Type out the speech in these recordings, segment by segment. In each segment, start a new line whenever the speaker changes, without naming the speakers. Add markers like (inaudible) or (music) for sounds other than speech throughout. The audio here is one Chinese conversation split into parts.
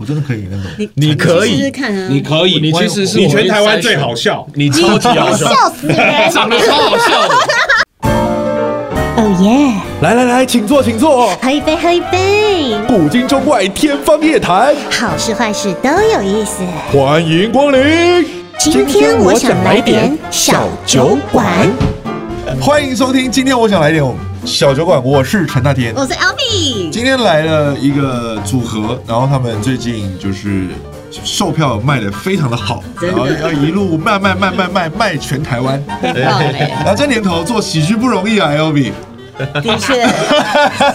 我真的可以那种，
你可
试试
以，
看啊！
你可以，
你
我
其实是
你
我
全
会
台湾
筛选
最好笑，
你超级好笑，
笑死人！
长得超好
(laughs)
笑的。
哦耶，
来来来，请坐，请坐。
喝一杯，喝一杯，
古今中外，天方夜谭，
好事坏事都有意思。
欢迎光临。
今天我想来点小酒馆。
欢迎收听。今天我想来点小酒馆，我是陈大天。
我是 L B，
今天来了一个组合，然后他们最近就是售票卖的非常的好，然后要一路卖卖卖卖卖卖全台湾。
(laughs)
然后这年头做喜剧不容易啊，L B。
的确，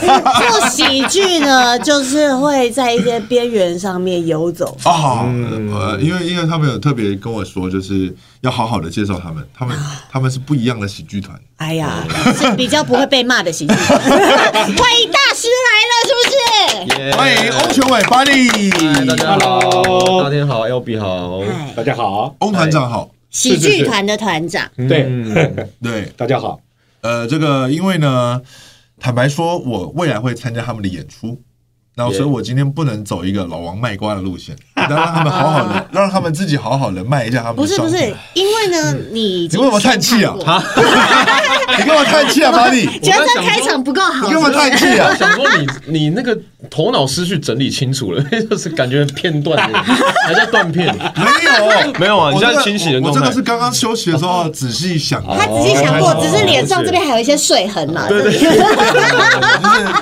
做喜剧呢，就是会在一些边缘上面游走。
啊、呃，因为因为他们有特别跟我说，就是要好好的介绍他们，他们
啊
他们是不一样的喜
(laughs)
剧团。
哎呀，是比较不会被骂的喜剧。 (laughs) 欢迎大师来了，是不是？
欢迎翁全伟 Buddy，
大家好，
Hello
大天好，L B 好，
哎，
大家好，
翁团长好。
喜剧团的团长，
嗯
对，
嗯
对，
大家好，
呃，这个因为呢，坦白说，我未来会参加他们的演出，然后
Yeah
所以我今天不能走一个老王卖瓜的路
(laughs)
线，让他们好好的，让他们自己好好的卖一下他们
不
的
是
商
不
品。
是，因为呢，你已
嗯你
经
为什么叹气啊？你干嘛叹气啊，巴
(laughs)
蒂？你
觉得开场不够好，
干嘛叹气
(laughs)
我
啊？
想说你你那个头脑思绪整理清楚了， (laughs) 就是感觉片段
(laughs)
的，还在断片。
没有，
没有啊，你
我这
现在
个
清洗的
我
状
这
态
个是。刚刚休息的时候仔细想的。
他仔细想过，只是脸上这边还有一些水痕嘛。对对，
就是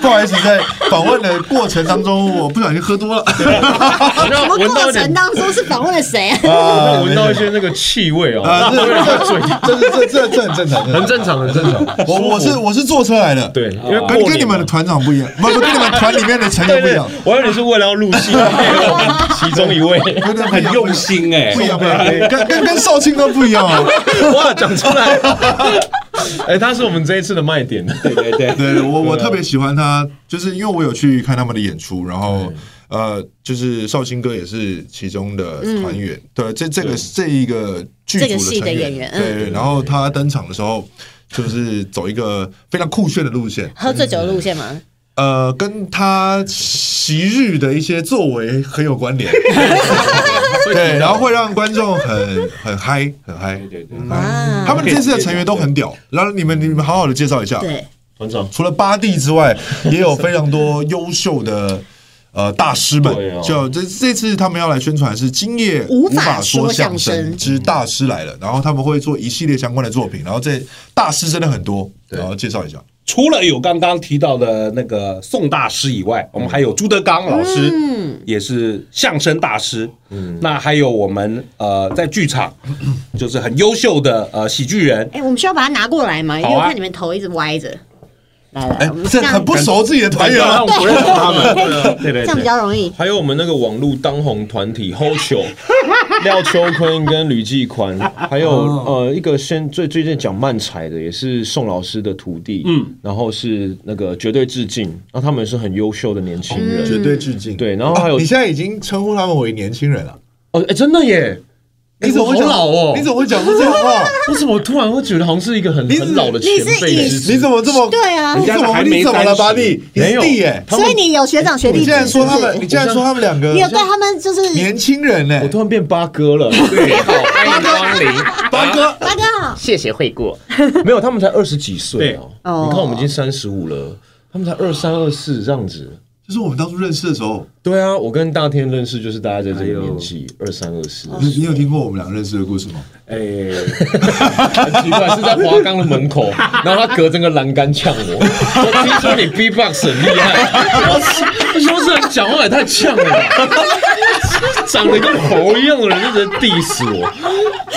不好意思，在访问的过程当中，我不小心喝多了。
你知道
什么
闻到
过
一点
程当中是访问了谁啊？
啊
闻到一些那个气味
啊，
哦，
这这这这这很正常，
很正常，很正常。
(laughs) 我我是我是坐车来的，
对，因为过
跟
年
跟你们的
嘛
团长不一样，不不跟你们团里面的成员
对
不一
对
样，，
我以为你是为了要入
(laughs)
戏，其中一位。
真的不一
很
样
用，心哎
不，一样不一样，跟跟跟少卿都不一样啊。
哇，讲出来 (laughs) 了！哎，他是我们这一次的卖点。
对对对，
对啊我我特别喜欢他，就是因为我有去看他们的演出，然后呃，就是绍兴哥也是其中的团员，嗯对，这这个这一个剧
这个
组
戏
的
的
成
演员
员，
嗯
对，然后他登场的时候。就是走一个非常酷炫的路线，
喝醉酒的路线吗？
呃，跟他昔日的一些作为很有关 (laughs) 联，对，然后会让观众很很嗨，很嗨。
对对
啊
他，们这次的成员都很屌，然后你们你们好好的介绍一下。
对，
团长，
除了巴蒂之外，也有非常多优秀的呃大师
对
们。
啊
就这这次他们要来宣传是今夜
无法
法
说相
相
声
之大师来了，然后他们会做一系列相关的作品，然后这大师真的很多，然后介绍一下。
除了有刚刚提到的那个宋大师以外，我们还有朱德刚老师，
嗯
也是相声大师。嗯，那还有我们呃，在剧场就是很优秀的呃喜剧人，
哎，我们需要把它拿过来吗？因为
好
我
啊
看你们头一直歪着。来来，
哎
我们，
这
样
很不熟自己的团员啊
我。不认识他们。
对对
这样比
对，
较容易。
还有我们那个网络当红团体 h o 球， (laughs) 廖秋坤跟吕继宽，还有呃一个先最最近讲漫才的，也是宋老师的徒弟，嗯，然后是那个绝对致敬，那他们是很优秀的年轻人，
绝对致敬。
对然后还有
哦你现在已经称呼他们为年轻人了。
哦，哎，真的耶，
你怎么会讲
我好老哦
你怎么会讲出这种话？
为什么我突然会觉得好像是一个很
你是
很老的前辈
你
之
是
词？
你怎么这么？
对啊
哦你
人家
怎
是
么
还
你
没
怎么了，
30
巴蒂？你
没
是
有
弟耶！
他们
所以你有学长学弟
你
制，
竟然说他
是
们，
不
你
是
竟然说他们两个
你有对他们就是
年轻人呢
我？突然变八哥
(laughs)
了，
对，好，欢迎光临，
八哥，
大哥好，
谢谢惠顾。没有，他们才二十几岁哦，
对哦
你看我们已经三十五了，他们才二三二四这样子。
就是我们当初认识的时候，
对啊，我跟大天认识就是大家在这个年纪，二三二四。
哦
你你有听过我们俩认识的故事吗？
哎，很奇怪，是在华冈的
(laughs)
门口，然后他隔着个栏杆呛我。我听说你 B-box 很厉害，我说说这人讲话也太呛了吧，长得跟猴一样的人就直接 diss 我。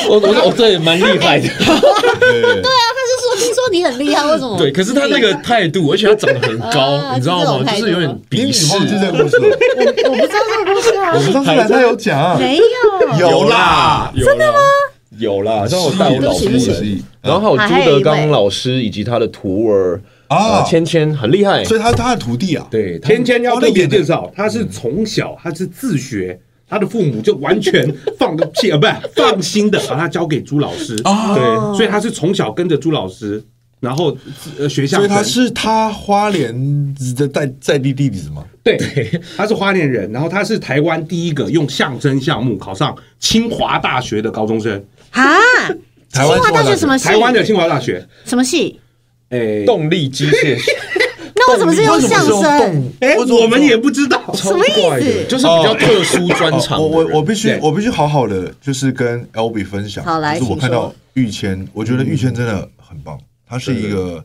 我我说我这也蛮厉害的，
哦
对，
对啊，他是说听说你很厉害，为什么？
对，可是他那个态度，而且他长得很高，
啊
你知道吗？
这种态
就
度
是有点
你
鄙
你
视
忘。记这个故事了？
我不知道这个故事啊
我，们上次来啊他有讲，
没有。
有啦，啊
真的吗？有啦，然后我带我老
失
夫
忆失
人
忆，
然后
啊
还
还
有
有
朱
一
德
位
刚老师以及他的徒儿
啊
呃芊芊很厉害，
所以他他的徒弟啊，
对，他
天天要特别介绍，他是从小他是自学，他的父母就完全放呃个 (laughs) 屁啊，不是放心的把他交给朱老师
啊
对，所以他是从小跟着朱老师然后呃学相
所以
声，
他是他花莲的在在地弟弟是吗？
对，他是花莲人，然后他是台湾第一个用相声项目考上清华大学的高中生，
啊，清
(laughs) 台湾
华大学什么系？
台湾的清华大学，
什么系？
哎，
动力机
(laughs)
械，
那我怎么是用
为什
相
么是用
声？
哎，
为什么
我们也不知 (laughs) 道，
什么意思？
就是比较特殊专长
哦
的人。
我我我必须
对
我必须好好的，就是跟 L B 分享。
好来
就是我
请
看到
说
玉谦，我觉得玉谦真的很棒，他是一个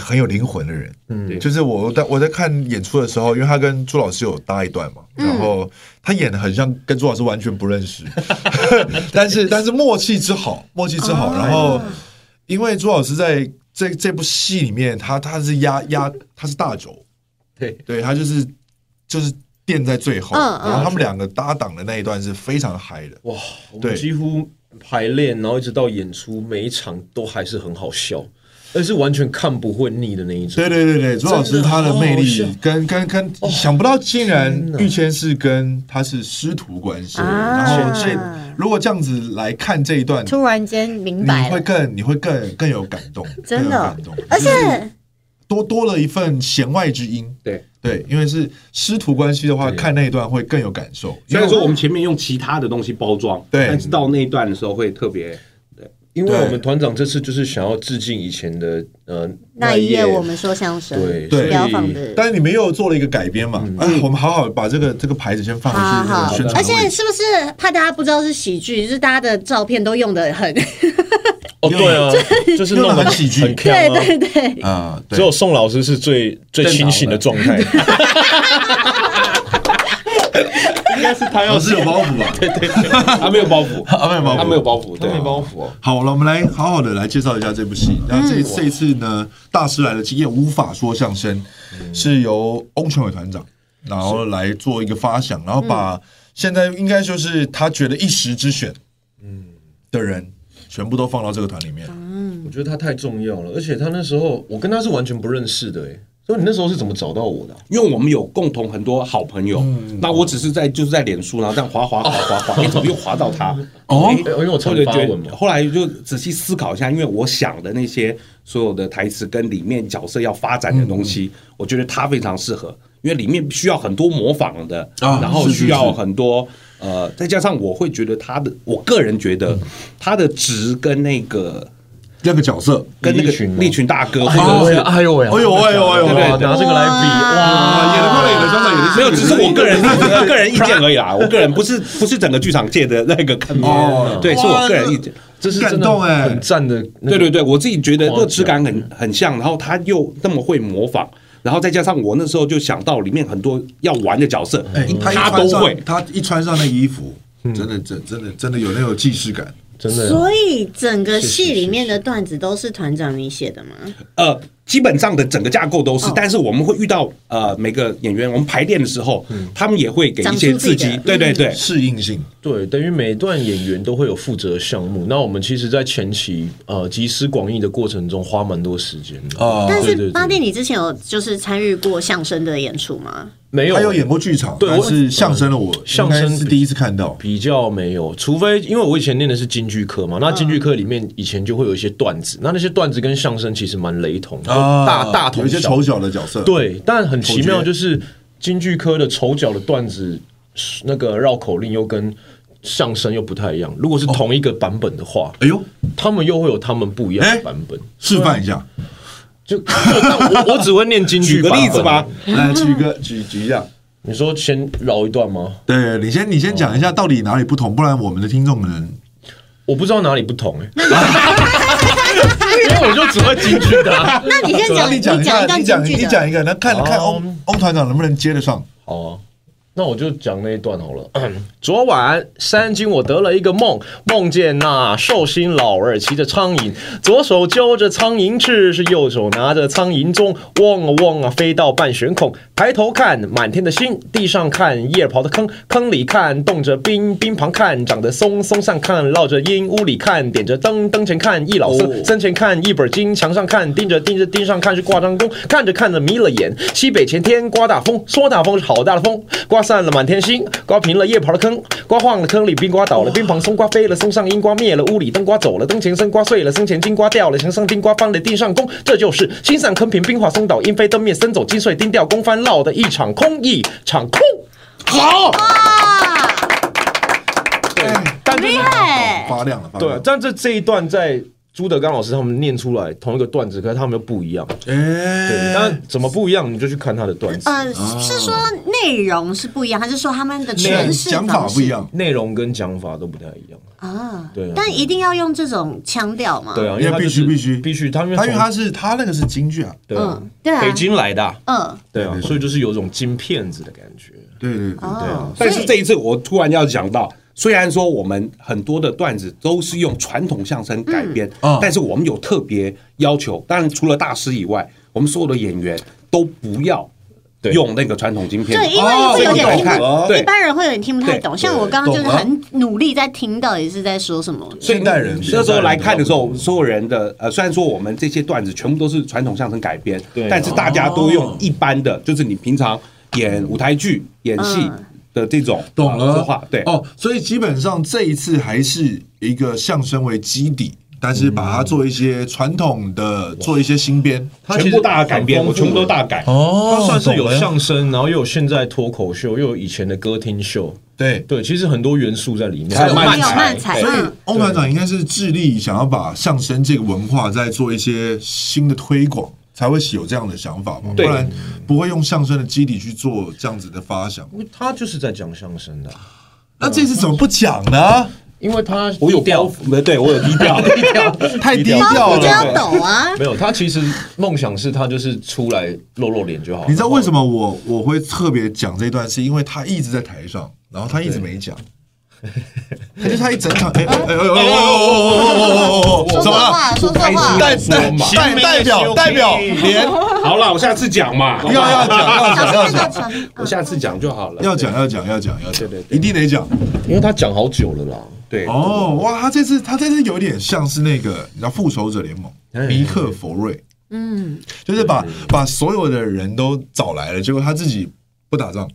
很有灵魂的人。嗯，就是我在我在看演出的时候，因为他跟朱老师有搭一段嘛，
嗯
然后他演的很像跟朱老师完全不认识，但是但是默契之好，默契之
哦
好，然后。因为朱老师在这这部戏里面，他他是压压他是大轴，
对
对，他就是就是垫在最后，
嗯嗯
然后他们两个搭档的那一段是非常嗨的，
哇，我
对
们几乎排练，然后一直到演出，每一场都还是很好笑，而是完全看不会腻的那一种。
对对对对，朱老师他的
哦
魅
真的好
力
好
跟跟跟，想不到竟然
天哪
玉谦是跟他是师徒关系，
啊
然后所以如果这样子来看这一段，
突然间明
你
白
会
了，
更你会更更有感动，
真的
更有感动，
而且
多多了一份弦外之音，
对。
对，因为是师徒关系的话，看那一段会更有感受。
虽然说我们前面用其他的东西包装，
对
但是到那一段的时候会特别
因为
对
我们团长这次就是想要致敬以前的呃
那一夜我们说相声，
对
对
标榜的。
但是你们又做了一个改编嘛？哎，我们好好把这个这个牌子先放回
好
去那
好
个宣，传
而
的
且
位置。
是不是怕大家不知道是喜剧，就是大家的照片都用的
(laughs)
很，
哦，对
(laughs)
啊，就是弄
用得
得
很喜剧
很强
对
啊。
对对，
啊，
只
对
有，宋老师是最最清醒的状态，
应该是他 (laughs)
老师有包袱吧？
对对对，他没有包袱，
(laughs) 啊，没有包袱，
他没有包袱，对，没包袱。
好了，我们来好好的来介绍一下这部戏。那这这一次呢，大师来了，今夜无法说相声，是由翁全伟团长然后来做一个发想，然后把现在应该就是他觉得一时之选，的人全部都放到这个团里面。
我觉得他太重要了，而且他那时候我跟他是完全不认识的哎，所以你那时候是怎么找到我的啊、
因为我们有共同很多好朋友，
嗯
那我只是在就是在脸书，然后这样滑滑滑滑
(laughs)
滑，哎，怎么又滑到他？
哦
哎
因为我常
后来
发
觉
文嘛
后来就仔细思考一下，因为我想的那些所有的台词跟里面角色要发展的东西，
嗯
我觉得他非常适合，因为里面需要很多模仿的，
啊
然后
是是
需要
是
很多呃，再加上我会觉得他的，我个人觉
嗯
得他的值跟那个
那个角色，
跟那个
李立群吗
立群大哥，
哎呦
或者
喂
是
啊，哎呦喂啊，
哎呦哎呦哎呦
对
哎呦
对，！拿这个来比哇，
啊，演的快乐，演的潇洒，演的
没有，只是我个人我个人意
(laughs)
见而已啦。我个人不是不是整个剧场界的那个看
哦
法，对，是我个人意见。
这是
感
真
动
的
哎
很赞的那
对
个，
对对，我自己觉得
夸
那
奖
个质感很很像，然后他又那么会模仿，然后再加上我那时候就想到里面很多要玩的角色，
哎他一
他
穿
都
上
会。
他一穿上那个衣服，
嗯
真的真真的真的有那种既视感。
真的
所以整个戏里面的段子都是团长你写的吗？
呃，基本上的整个架构都是
哦，
但是我们会遇到呃每个演员，我们排练的时候，他们也会给一
长
些
嗯出自
刺
己的嗯
激，对对对，
适应性，
对，等于每段演员都会有负责的项目。那我们其实，在前期呃集思广益的过程中，花蛮多时间的。
哦
但
对对
是
对
八弟，你之前有就是参与过相声的演出吗？
没有，
他有演过剧场，
对
但
我
是相声的我
相声
应该是第一次看到。
比较没有，除非因为我以前念的是京剧科嘛，那
嗯
京剧科里面以前就会有一些段子，那那些段子跟相声其实蛮雷同，就大大
啊有
同
一些
小
丑角的角色，，
对，但很奇
口
妙，
诀
就是京剧科的丑角的段子，那个绕口令又跟相声又不太一样。如果是同一个版本的话，
哎呦，
他们又会有他们不一样
哎
的版本。
示范一下，
就 (laughs) 但我我只会念京剧
举个
版
例子
本
吧。。
来举个举举一下。
你说先饶一段吗？
对你先你先讲一
哦
下到底哪里不同，不然我们的听众可能
我不知道哪里不同哎、因为我就只会京剧的啊、
那你先讲，
你讲
讲
一下，
一段
你讲
京
你
剧的。
讲一个，那看看
哦
翁翁团长能不能接得上。
好啊，那我就讲那一段好了。 (clears throat) 昨晚三更，我得了一个梦，梦见那寿星老儿骑着苍蝇，左手揪着苍蝇翅，是右手拿着苍蝇钟，嗡啊嗡啊飞到半悬空，抬头看满天的星，地上看夜刨的坑，坑里看冻着冰，冰旁看长得松，松上看落着阴，屋里看点着灯，灯前看一老僧，僧前看一本经，墙上看盯着盯着盯上看是挂张弓，看着看着迷了眼，西北前天刮大风，说大风是好大的风，刮散了满天星，刮平了夜跑的坑，瓜晃了坑里冰瓜倒了，冰旁松瓜飞了，松上樱瓜灭了，屋里灯瓜走了，灯前生瓜碎了，生前金瓜掉了，墙上丁瓜翻了，地上弓，这就是心上坑平冰滑松倒，鹰飞灯灭，身走金碎钉掉，弓翻落的一场空，一场空。好，但就是
厉
哎
哦
害，
发亮了，发亮
对
了，，
但这这一段在朱德刚老师他们念出来同一个段子，可是他们又不一样。嗯对，
哎，
那怎么不一样？你就去看他的段子，
呃，是说内容是不一样，还是说他们的诠
那
释
讲法
方
不一
式
样，
内容跟讲法都不太一样。
啊？
对啊
但一定要用这种腔调嘛？
对啊，
因为
他
必
就
须
是
必须
必须，他因为
他因为
从
他是他那个是京剧啊，
对啊
嗯，对啊，
北京来的啊，
嗯，
对啊，所以就是有种金片子的感觉。
对对对，
哦，
但
所
是
以
这一次我突然要讲到，虽然说我们很多的段子都是用传统相声改编，
嗯
但是我们有特别要求，当然除了大师以外，我们所有的演员都不要
对
用那个传统金片。哦
对，因为会有点听
这个懂
不，
对
一般人会有点听不太懂。
对
像我刚刚就是
懂了
很努力在听，到底是在说什么。
所以
现代人
那时候来看的时候，所有人的呃，虽然说我们这些段子全部都是传统相声改编，
对
但是大家都用一般的，就是你平常演舞台剧、演戏
嗯
的这种
懂
呃
了
说话，对，
哦，所以基本上这一次还是一个相声为基底，但是把它做一些传统的，做一些新编。
他
全部大改编，我全部都
大。
大改，
哦
它算是有相声，然后又有现在脱口秀，又有以前的歌厅秀，
对。
对，其实很多元素在里面。
还有慢
还有慢才，
所以
嗯，
欧团长应该是致力想要把相声这个文化再做一些新的推广，才会有这样的想法嘛，不
对
然不会用相声的基底去做这样子的发想。
他就是在讲相声的啊，
那这次怎么不讲呢？
因为他
我有
低调
包袱，对我有 (laughs) 低调，
太低
包
调
袱就
了。
要抖啊，
(laughs) 没有，他其实梦想是他就是出来露露脸就好。
你知道为什么我我会特别讲这段，是因为他一直在台上，然后他一直没讲。可是他一整场，哎哎哎哎哎哎哎
说
哎，怎
错
么了？
话，说错话，
代代代表代表连
好了，我下次讲嘛，
要要讲要讲要
那
讲
个传
我下次讲就好了。
要讲要讲要讲要讲，一定得讲。
因为他讲好久了啦。
对，
哦，哇，他这次他这次有点像是那个，你知道复仇者联盟，尼克佛瑞，
嗯，
就是把把所有的人都找来了，结果他自己不打仗。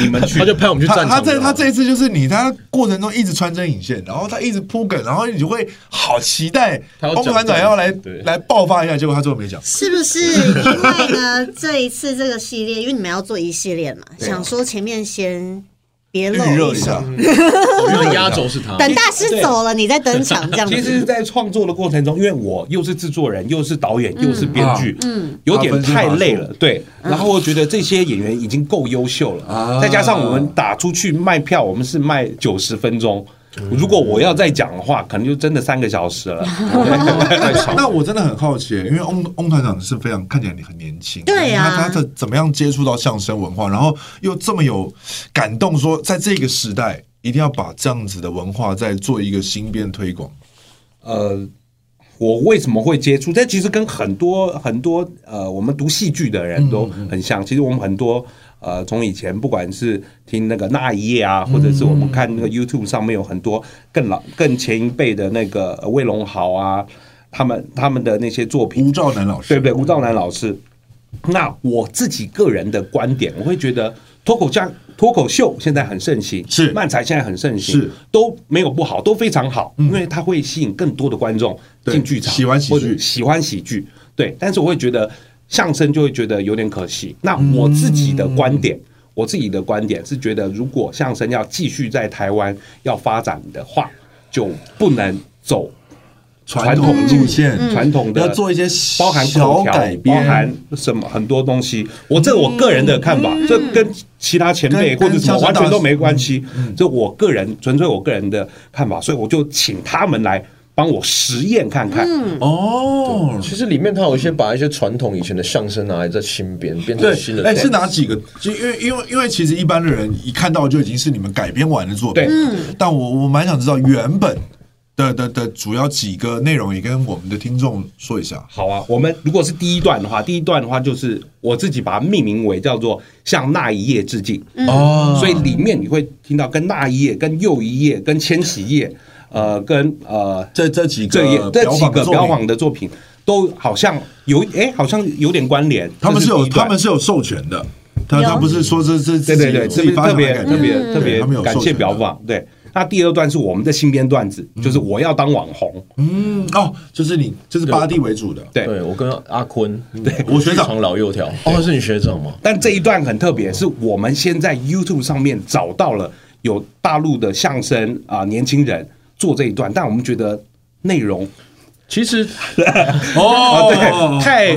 你们去
他就派我们去
他
战场就好
他
了。
在他这一次就是你，他过程中一直穿针引线，然后他一直铺梗，然后你就会好期待
他要
翁
讲
团长要来
对
来爆发一下，结果他最后没讲。
是不是因为呢？这一次这个系列，因为你们要做一系列嘛，想说前面先别露
啊预热
一
一
手
下，
嗯
因为压轴是他。
等大师走了你再登场，这样
其
子
实，在创作的过程中，因为我又是制作人，又是导演，又是编剧，嗯，有点太累了，对。然后我觉得这些演员已经够优秀了，再加上我们打出去卖票，我们是卖九十分钟。如果我要再讲的话，可能就真的三个小时了。
那我真的很好奇，因为翁翁团长是非常看起来你很年轻，
对啊
他他的怎么样接触到相声文化，然后又这么有感动，说在这个时代一定要把这样子的文化再做一个新变推广。
呃，我为什么会接触？但其实跟很多很多呃，我们读戏剧的人都很像。其实我们很多呃，从以前不管是听那个那一夜啊，或者是我们看那个 YouTube 上面有很多更老、更前一辈的那个呃魏龙豪啊，他们他们的那些作品，
吴兆南老师，
对不对？吴兆南老师。那我自己个人的观点，我会觉得脱口秀脱口秀现在很盛行，
是
漫才现在很盛行，
是嗯
都没有不好，都非常好，因为它会吸引更多的观众
对
进剧场，
喜欢喜剧
或者喜欢喜剧，对。但是我会觉得相声就会觉得有点可惜。那我自己
嗯
的观点。我自己的观点是觉得，如果相声要继续在台湾要发展的话，就不能走
传统路线，
嗯传统的
要做一些小
包含口条
改编嗯
包含什么很多东西。我这我个人的看法，这跟其他前辈
跟
或者什么
跟
完全都没关系。
嗯
这我个人纯粹我个人的看法，所以我就请他们来帮我实验看看。
嗯哦。
其实里面他有一些把一些传统以前的相声拿来在新编，变成
对
新的，
哎，
段子。
是哪几个？就因为因为因为其实一般的人一看到就已经是你们改编完的作品
对，
但我我蛮想知道原本的的的主要几个内容，也跟我们的听众说一下。
好啊，我们如果是第一段的话，第一段的话就是我自己把它命名为叫做向那一夜致敬。
哦
所以里面你会听到跟那一夜、跟又一夜、跟千禧夜，呃，跟呃
这这几
这也
个
这
标
几
榜的
个
作
标
品
榜的作品都好像有哎、好像有点关联。
他们
这
是有
第一段
他们是有授权的，嗯他他不是说这这
对
自己
对对，
自
这
己
边
发
特
想
别
的感觉
特别特
对
别
他们有
感谢表
法
坊。对，那第二段是我们的新编段子，就是我要当网红。
嗯哦，就是你就是巴蒂为主的，
对
对我跟阿坤，对
我学长
老幼条，哦，是你学长吗？
但这一段很特别，是我们先在 YouTube 上面找到了有大陆的相声啊、年轻人做这一段，但我们觉得内容
其实
哦
啊，对，太、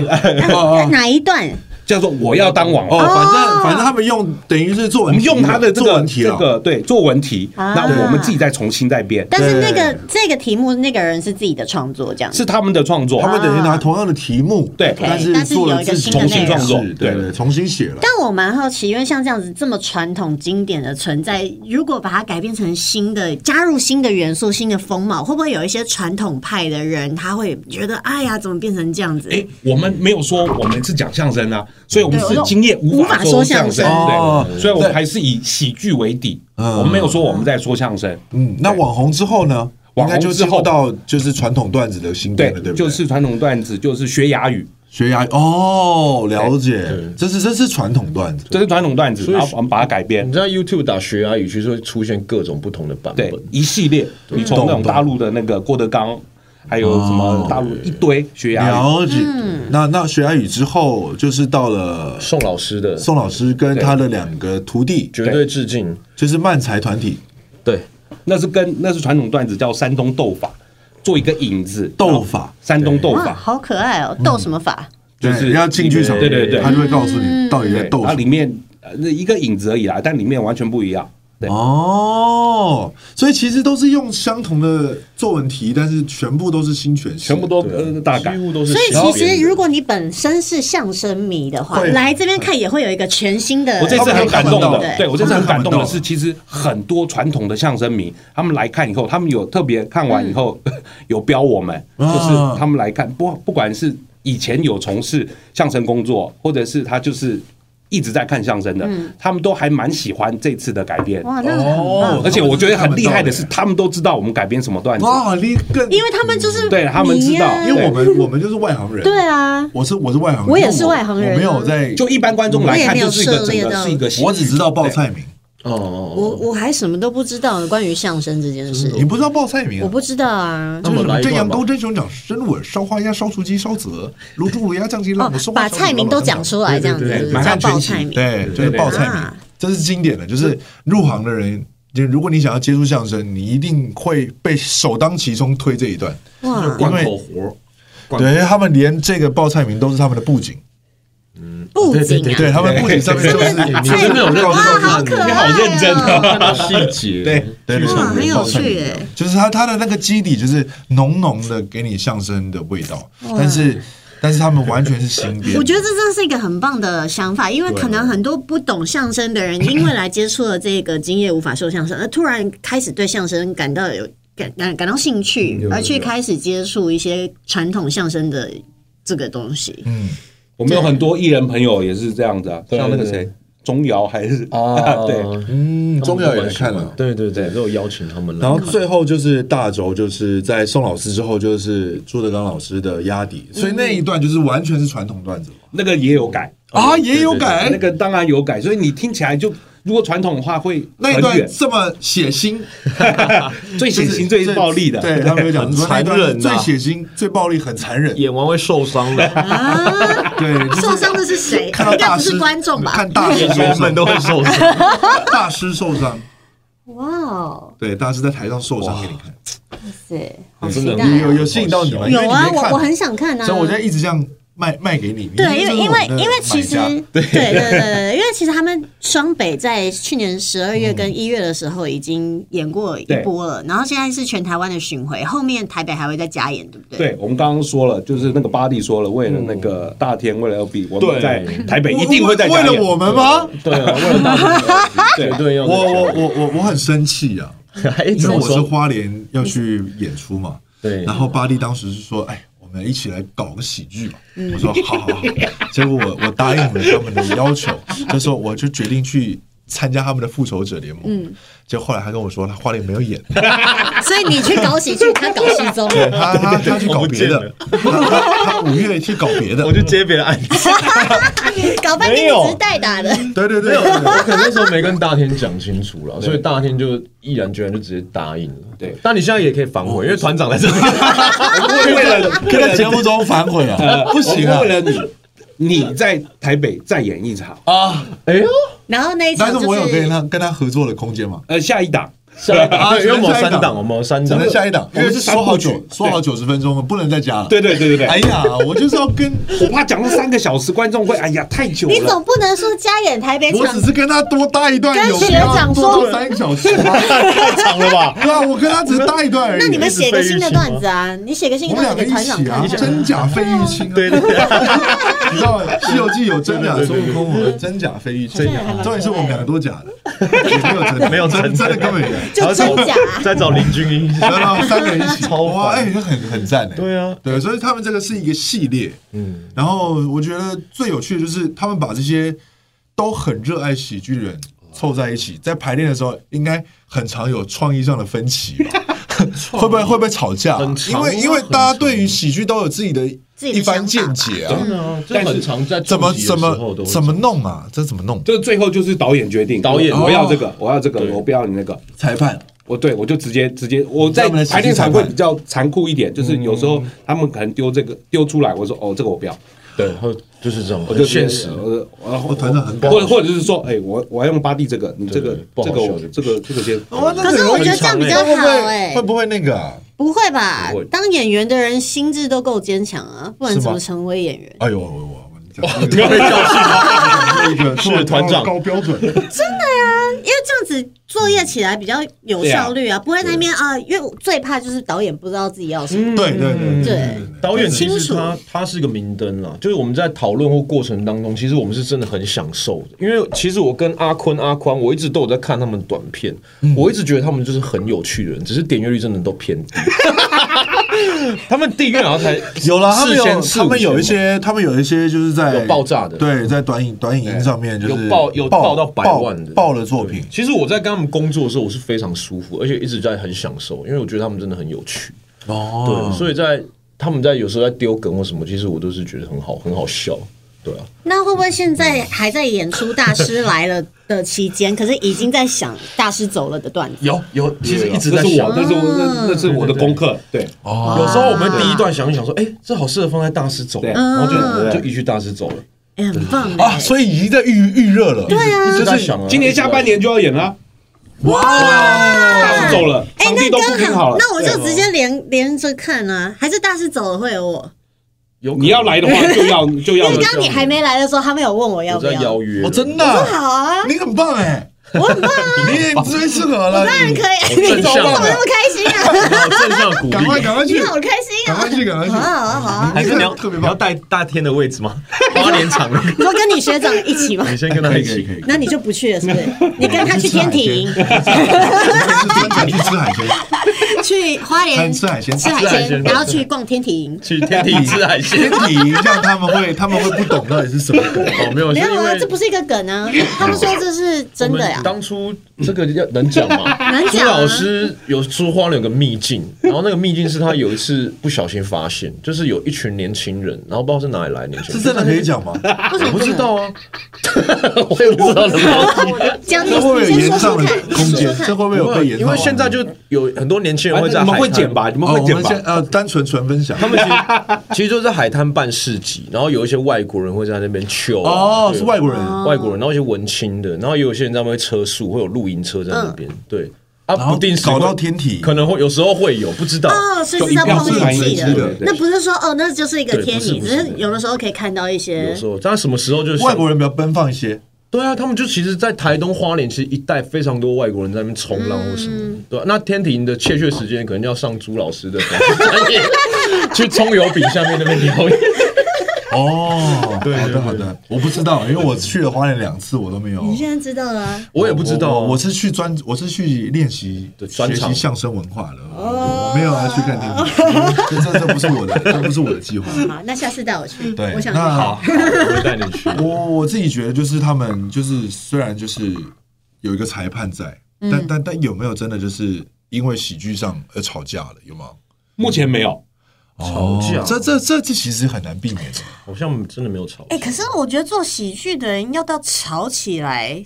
哦
哪一段？
叫做我要当网
哦，
红。
反正反正他们用等于是作
我
文
们
题嘛，
用他的这
作
个
文题哦
这
了，
个对作文题，
啊
那我们自己再重新再编，
但是那个这个题目，那个人是自己的创作，这样
是他们的创作
他。
啊
们等于拿同样的题目，
啊对
但是
但是
做了
有一个
自己
新的
重新
内容
创作，
是
对
对
对，重新写了。
但我蛮好奇，因为像这样子这么传统经典的存在，如果把它改变成新的，加入新的元素、新的风貌，会不会有一些传统派的人他会觉得，哎呀，怎么变成这样子？
哎，我们没有说我们是讲相声啊，所以我们
对我
是
说
今夜无
无
法
法说
说相声，
相声
哦
对，所以我
对
们还是以喜剧为底，
嗯
我们没有说我们在说相声，
嗯，那网红之后呢？
网红
应该就
之
进
后
入到就是传统段子的新
对
编了，对，不对？
就是传统段子，就是学哑语，
学牙哦，了解，这是这是传统段子，
这是传统段子，
所以
然后我们把它改编
嗯
你，知道 YouTube 打学阿语，其实会出现各种不同的版
对
本。，
一系列，你从那种大陆的那个郭德纲，还有什么大陆一堆学哑语，
了解。
嗯
那那学牙语之后，就是到了
宋老师的
宋老师跟他的两个徒弟，
绝对致敬，
就是漫才团体
对，
那是跟那是传统段子叫山东斗法，做一个影子
斗，法，
山东斗
哇，
法。
好可爱哦！斗什么法？
就是
对要进剧场，
对对对
他就会告诉你到底在斗
它
什
里
么。
面呃那一个影子而已啦，但里面完全不一样。对，
哦，所以其实都是用相同的作文题，但是全部都是新诠释，
全部都呃大
几
改。
乎都是
所
小
以
编的。
其实，如果你本身是相声迷的话，
会
来这边看也会有一个全新的。
我这次很感
他们
动
都看不
的
到，
对我这次很感动
他们都看不到
的是，其实很多传统的相声迷，他们来看以后，他们有特别看完以后 (laughs) 有标我们，就
啊
是他们来看，不不管是以前有从事相声工作，或者是他就是一直在看相声的，他们都还蛮喜欢这次的改编。
哇，那很
哦
棒，
而且我觉得很厉害的是，
他
他们都知道我们改编什么段子。
哇，你更
因为他们就是
哦对他们知道
迷啊
因为我们我们就是外行人，
对啊，
我是我是外行人，
我也是外行人啊
我没有在，
就一般观众来看，就是一个整个是一个，
我只知道报。菜名，
哦哦，哦
我我还什么都不知道呢，关于相声这件事
嗯
你，不知道报菜名啊，
我不知道啊。
就是什么蒸羊
那
羔、
么
蒸熊掌、生尾、烧花鸭、烧雏鸡、烧子、卤猪、卤鸭、酱鸡、
哦
辣母、松花
把
小
菜
米
名
辣
都
老
讲出来，这样子
对对
就是
满
叫
汉全
报
席
菜名。
对，就是报菜名
啊，
这是经典的，就是入行的人。就如果你想要接触相声，你一定会被首当其冲推这一段，
哇，
因为
活，
对他们连这个报菜名都是他们的布景，
布景啊，
对他们布景上面就是
你真的有认真看，你好认真
哦
啊，看到细节，
对对对
哦哇，很有
报菜名
趣哎。
就是它它的那个基底就是浓浓的给你相声的味道，但是但是他们完全是新编，
我觉得这真的是一个很棒的想法，因为可能很多不懂相声的人，因为来接触了这个今夜无法说相声，而呃突然开始对相声感到有感感感到兴
嗯
趣，而去开始接触一些传统相声的这个东西。
嗯，
我们有很多艺人朋友也是这样子啊，像那个谁，钟瑶还是
啊，
(laughs) 对，
他
嗯，
们
中
都
药也来
蛮喜
看
欢
了。
对对对，都有邀请他们来
然
嗯
看。
后最后就是大轴，就是在宋老师之后就是朱德刚老师的压底，所以那一段就是完全是传统段子
那个也有改，
啊，也有
那
改。
个当然有改，所以你听起来就如果传统的话会
那一
很
段
远，
这么血 (laughs) 腥，
最血腥、最暴力的，
对他们有
(laughs)
讲说那一段是
很残忍
最
啊
血腥、最暴力、很残忍。
演完会受伤的，
啊，
对，就是
受伤的是
(laughs)
谁？
看到
应该
大
不
师
是观众吧？
看大师受
员
伤
们，都会受伤。
(laughs) 大师受伤，
哇哦，
对，大师在台上受伤给你看。
是好期
真的
待
有有
啊！
有吸引到你吗？
有啊，
因为你没
我
看
我很想看啊。
所以我在一直这样卖卖给你。
对，因为因为因为
嗯
其实
对
对对对对，因为其实他们双北在去年十二月跟一月的时候已经演过一波了，然后现在是全台湾的巡回，后面台北还会再加演，对不对？
对，我们刚刚说了，就是那个巴蒂说了，为了那个大天，为了 LB，我们
对
在台北一定会在
为了我们吗？
对啊，为了大家，绝对要
我我我我我很生气啊，
一
因
直
为我是
说
花莲要去演出嘛。
对
然后巴蒂当时是说，哎。我们一起来搞个喜剧吧。我 (laughs) 说好好好，结果我我答应了他们的要求，就说我就决定去参加他们的复仇者联盟。嗯，就后来他跟我说，他花莲没有演，
(laughs) 所以你去搞喜剧，他搞失
(laughs)
踪，
对他他他去搞别的，他他他五月去搞别的
我。就接别的案子，
(laughs) 搞半天你只是代打的。
对对对， (laughs)
我可能那时候没跟大天讲清楚了，所以大天就毅然决然就直接答应了。
对
但你现在也可以反悔，因为团长在这里。
为了可以在节目中反悔 (laughs) 啊，不行啊
呃为！了你，你在台北再演一场，
啊，哎呦，
然后那一场
但是
就
我有
是
跟他跟他合作的空间嘛？
呃，下一档
下一档，
啊
对因为某三
只能下一档
档，我们有三
只
档
能，下一档，
我
我
们
们
是
是
三
说好
部曲
九说好九十分钟了，不能再加了。
对对对对对
哎呀，我就是要跟，
我怕讲了三个小时，观众会哎呀太久
你
了。
总不能说加演台北
我
场
只是跟他多搭一段，
跟
有
学
必要
长
多
说
做三个小时吗？
太长了吧？
对啊，我跟他只是搭一段而已。
那你们写个新的段子啊！你写个新
我
的
们
段
两
子
个
给
一
团长
起啊
看，，
真假费玉清啊，
对对对，
(laughs) 你知道《西游记》有真假孙悟空，我们真假费玉清
真假还蛮可爱，
重点
的
是我们两个都假的，也没有真的，
没有真的
真真的根本没有。
就真假。啊
再找林君英，
然后三个人一起，
超
哇，哎、
烦
很很赞哎、
对啊，
对，所以他们这个是一个系列，嗯，然后我觉得最有趣的就是他们把这些都很热爱喜剧的人凑在一起，在排练的时候应该很常有创意上的分歧吧。会不会会不会吵架、
很常
因
啊
为因为
很
大家
常
对于喜剧都有自己的
自己的
一番
想
见
法
解啊，
真的啊，这很常在
怎么
冲击的
怎
时候都
么
会
怎么弄啊？这怎么弄？
就最后就是导演决定，
导演哦
我我要这个，我要这个，我不要你那个。
裁判
我对我就直接直接我在
他们的喜剧
排练场
裁
会
判
比较残酷一点，
嗯
就是有时候他们可能丢这个丢出来，我说哦这个我不要，
对，然后就是嗯这种
我就呃
很现实， (laughs)
我
我
我
团长很
或者或者是说哎我我要用巴蒂这个，你这个这个
对对不好
我
笑就
这个这个先，
哇，那
可是我觉得这样比较
会不
好
会
哎
会，不会那个啊？
不会吧
不会？
当演员的人心智都够坚强啊，不然
是吗
怎么成为演员？
哎呦，我我我，这个被教训，那个
是团长
高标准，
因为这样子作业起来比较有效率啊，不会那边啊，因为我最怕就是导演不知道自己要什
(laughs)
么。
对对对
嗯对，
导演其
清
实
楚
他他是一个明灯啦，就是我们在讨论或过程当中，其实我们是真的很享受的，因为其实我跟阿坤、阿宽，我一直都有在看他们短片，
嗯
我一直觉得他们就是很有趣的人，只是点阅率真的都偏
(laughs)
低。他们订阅然后才
有了，他们
四千
有
四
他们有
五千
一些，他们有一些就是在
有爆炸的
对，在短影短影音上面就是
有爆有
爆
爆到百万的
爆爆的作品。
其实我在跟他们工作的时候，我是非常舒服，而且一直在很享受，因为我觉得他们真的很有趣。
哦
对，，所以在他们在有时候在丢梗或什么，其实我都是觉得很好，很好笑。对啊，
那会不会现在还在演出《大师来了》的期间，可是已经在想大师走了的段子？
有有，其实一直
这
在
是
想
我。那是我那那是我的功课，对
哦
有时候我们第一段想一想说，哎、这好适合放在大师走，
对
然后就
嗯
就一句大师走了，
哎很棒
啊，
哎！
所以已经在预预热了。对
一直在想啊。
今年下半年就要演
哦
了，
哇，
大师走了，
哎，
场
那
地都
刚
不
好，
定好了，
那我就直接连连着看啊，还是大师走了会有我？
有可能
你要来的话就要就
因
要
为刚刚你还没来的时候，他们有问我要
我
不
在
要
邀，约，
我真的啊，
好啊，
你很棒哎，
我很
(laughs)
棒啊，
你也最适合了，
当然可以，
我
啊你
正
(laughs) 怎
向
么
的
那么开心啊？
好正向鼓
赶快
励。
赶快
你
去，
好开心
赶
啊
快！去，赶快去
好。啊好啊好啊！
还是你要
特别
你
棒
要带大天的位置
(laughs)
吗？花莲场那个，
你说跟你学长一起吗？
你先跟他一起。
以，
(laughs) 那你就不去了，是不是？你跟他去天庭，
去吃海鲜，
去花莲
去吃海鲜，
吃海鲜，然后去逛天庭。
去天地吃海鲜
先，体一下，他们会他们会不懂到底是什么梗。
(laughs) 哦，没有，
没
是因
有啊，
为
这不是一个梗啊！他们说这是真的呀
我们。当初这个要能讲吗？
(laughs) 能
朱
讲啊
老师有说花莲有个秘境，然后那个秘境是他有一次不小心发现，就是有一群年轻人，然后不知道是哪里来的年
是
轻人，哎
真的可以讲吗？
我不知道啊， (laughs) 我也不知道怎么忘记。
讲啊你，
(laughs) 这会不会有
你先
延
说
上
说
的
看，你
空
说
间？这
说看。
会不会有被延上？
因为现在就有很多年轻人
我
会在
你们
海
会
滩
剪吧？你们
哦，
会
我
剪
们
吧
先？呃，单纯纯分享。
他们其实其实就在海滩办市集，然后有一些外国人会在那边 chill 啊、
哦，
对
是外国人，
外国人，然后一些文青的，然后也有些人在那边会车速，会有露营车在那边，对啊，
然后
不定时会
搞到天体，
可能会有时候会有，不知道。
哦，所以是在
票
碰
是
运气
一只
的
的，
那不是说哦，那就是一个
对
天
不是
体，
不
只
是
是有的时候可以看到一
有
些
时候，但什么时候就是
外国人
人
比较奔放一些。
对啊，他们就其实，在台东花莲其实一带非常多外国人在那边冲浪或什么的，对、啊、那天庭的切确时间可能要上朱老师的专业去葱油饼下面那边表演。
哦，
对
好
对
的好的，我不知道，因为我去了花莲两次，我都没有。
你现在知道了啊，
我也不知道啊，
我我是去专，我是去练习
对专
学
场哦
习相声文化的，我没有来去看天
(laughs)
体。 (laughs) 这这这不是我的，这不是我的计划。
好，那下次带我去，
对，
我想去
那
(laughs)
好，我会带你去。
我我自己觉得就是他们就是虽然就是有一个裁判在，
嗯
但但但有没有真的就是因为喜剧上而吵架了？有吗？
目前没有，
吵
架
这这这这其实很难避免的。
好像真的没有吵。
哎、可是我觉得做喜剧的人要到吵起来，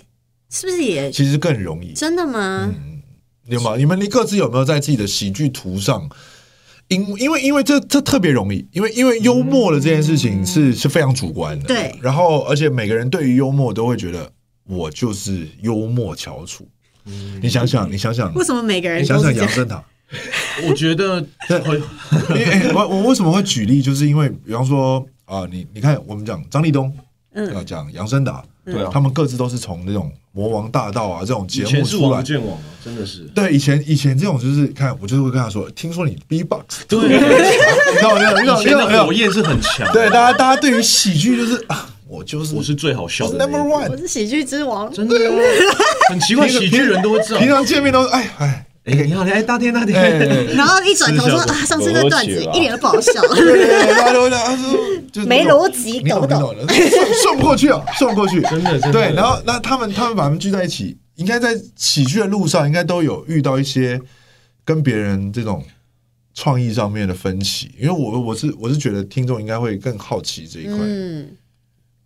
是不是也
其实更容易。
真的吗？
有吗？你们你各自有没有在自己的喜剧图上？因因为因为这这特别容易，因为因为幽默的这件事情是是非常主观的，
嗯对
然后而且每个人对于幽默都会觉得我就是幽默翘楚。你想想，你想想，
为什么每个人
你想
都
想
是这
杨
样？
振堂，
我觉得
(laughs) 因为哎我我为什么会举例，就是因为比方说啊、你你看我们讲张立东，嗯，讲杨森达，对
啊
他们各自都是从那种魔王大道啊这种节
以
目
前是
出
王
来
不。见王啊，真的是。
对，以前以前这种就是看，我就是会跟他说，听说你 B-box，啊
对，
你懂你懂你懂
以
你
前
懂你
的
懂
火，焰是很强。
对，，大家大家对于喜剧就是啊，我就是
我是最好笑
我
的那
是
一
number
个。
我
one，
是喜剧之王，
真的啊，很奇怪，喜剧人都会这
平
样。
常见面都是哎哎
哎，你好，哎，大天大
哎
天， (laughs)
哎，
然后一转头说
是是
啊，上次那段子
我都写了
一点都不好笑，
对，大家都会这样啊就就
没逻辑，
你
搞
懂
不
你
懂？
懂的，送送不过去哦，送不过去，
真的真的
对，然后那他们他们把他们聚在一起，应该在喜剧的路上，应该都有遇到一些跟别人这种创意上面的分歧，因为我我是我是觉得听众应该会更好奇这一块，
嗯，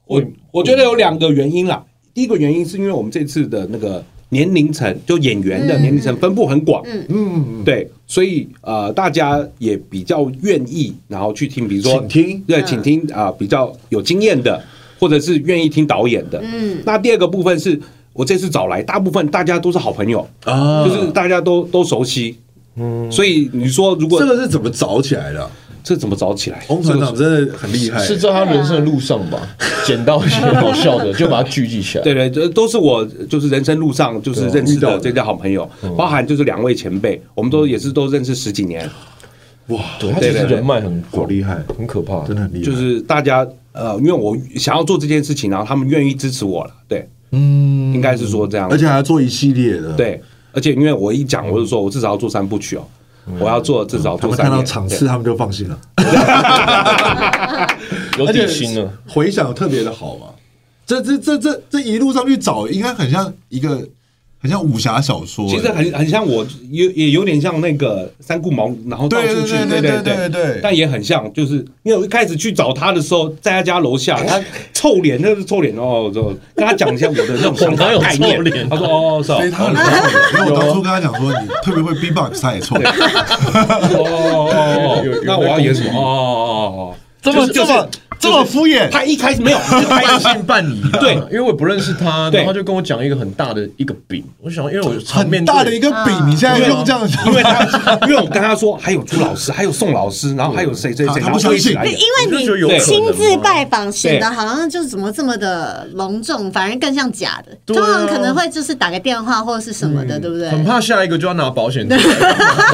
我我觉得有两个原因啦。第一个原因是因为我们这次的那个年龄层，就演员的年龄层分布很广，
嗯，
对，所以呃，大家也比较愿意，然后去听，比如说
请听
对，请听啊、比较有经验的，或者是愿意听导演的。
嗯，
那第二个部分是我这次找来，大部分大家都是好朋友，
啊
嗯
就是大家都都熟悉。嗯，所以你说如果
这个是怎么找起来的啊？
这怎么找起来？
洪船长真的很厉害，
是在他人生的路上吧，捡到一些好笑的，就把它聚集起来。
对对，这都是我就是人生路上就是认识
对啊遇
的
到嗯
这些好朋友，包含就是两位前辈，我们都也是都认识十几年，
对，他其实人脉很
好
广，
厉害，
很可怕。
真的很厉害，
就是大家呃，因为我想要做这件事情，然后他们愿意支持我了，对，
嗯
应该是说这样，
而且还要做一系列的，，
对，而且因为我一讲，我就说我至少要做三部曲哦，我要做至少
嗯他
做
们
三
看
年
到场次，
对
他们就放心了，
有
而且
底薪了。
回想特别的好嘛，这这这这这一路上去找，应该很像一个很像武侠小说，
其实很
(laughs)
很像我，有也有点像那个三顾茅庐，然后到
对
处去，
对对
对
对对对
但也很像，就是因为我一开始去找他的时候，在他家楼下，他臭脸，那是臭脸哦，我就跟他讲一下我的那种想法
有
概
臭
念，
脸
他说哦是哦
所以他很厉害，因为我
啊
当初跟他讲说你特别会 B-box，他也错，
哦哦哦
有
哦
有，
那我要演什么？哦哦哦哦，
这么这么这么敷衍，
他一开始没有，就他
半信半啊疑。
对
因为我不认识他，
对
然后他就跟我讲一个很大的一个饼，我想，因为我场面
很大的一个饼，你现在用这样
因为
讲，
他，因为我跟他说还有朱老师，还有宋老师，然后还有谁谁
他
谁，
他
然
不
后就一起
相信
来演。
因为
我就觉得有可
你
能
亲自拜访，显得
对
好像就怎么这么的隆重，反而更像假的。通常可能会就是打个电话或者是什么的，对不对？
很怕下一个就要拿保险出来。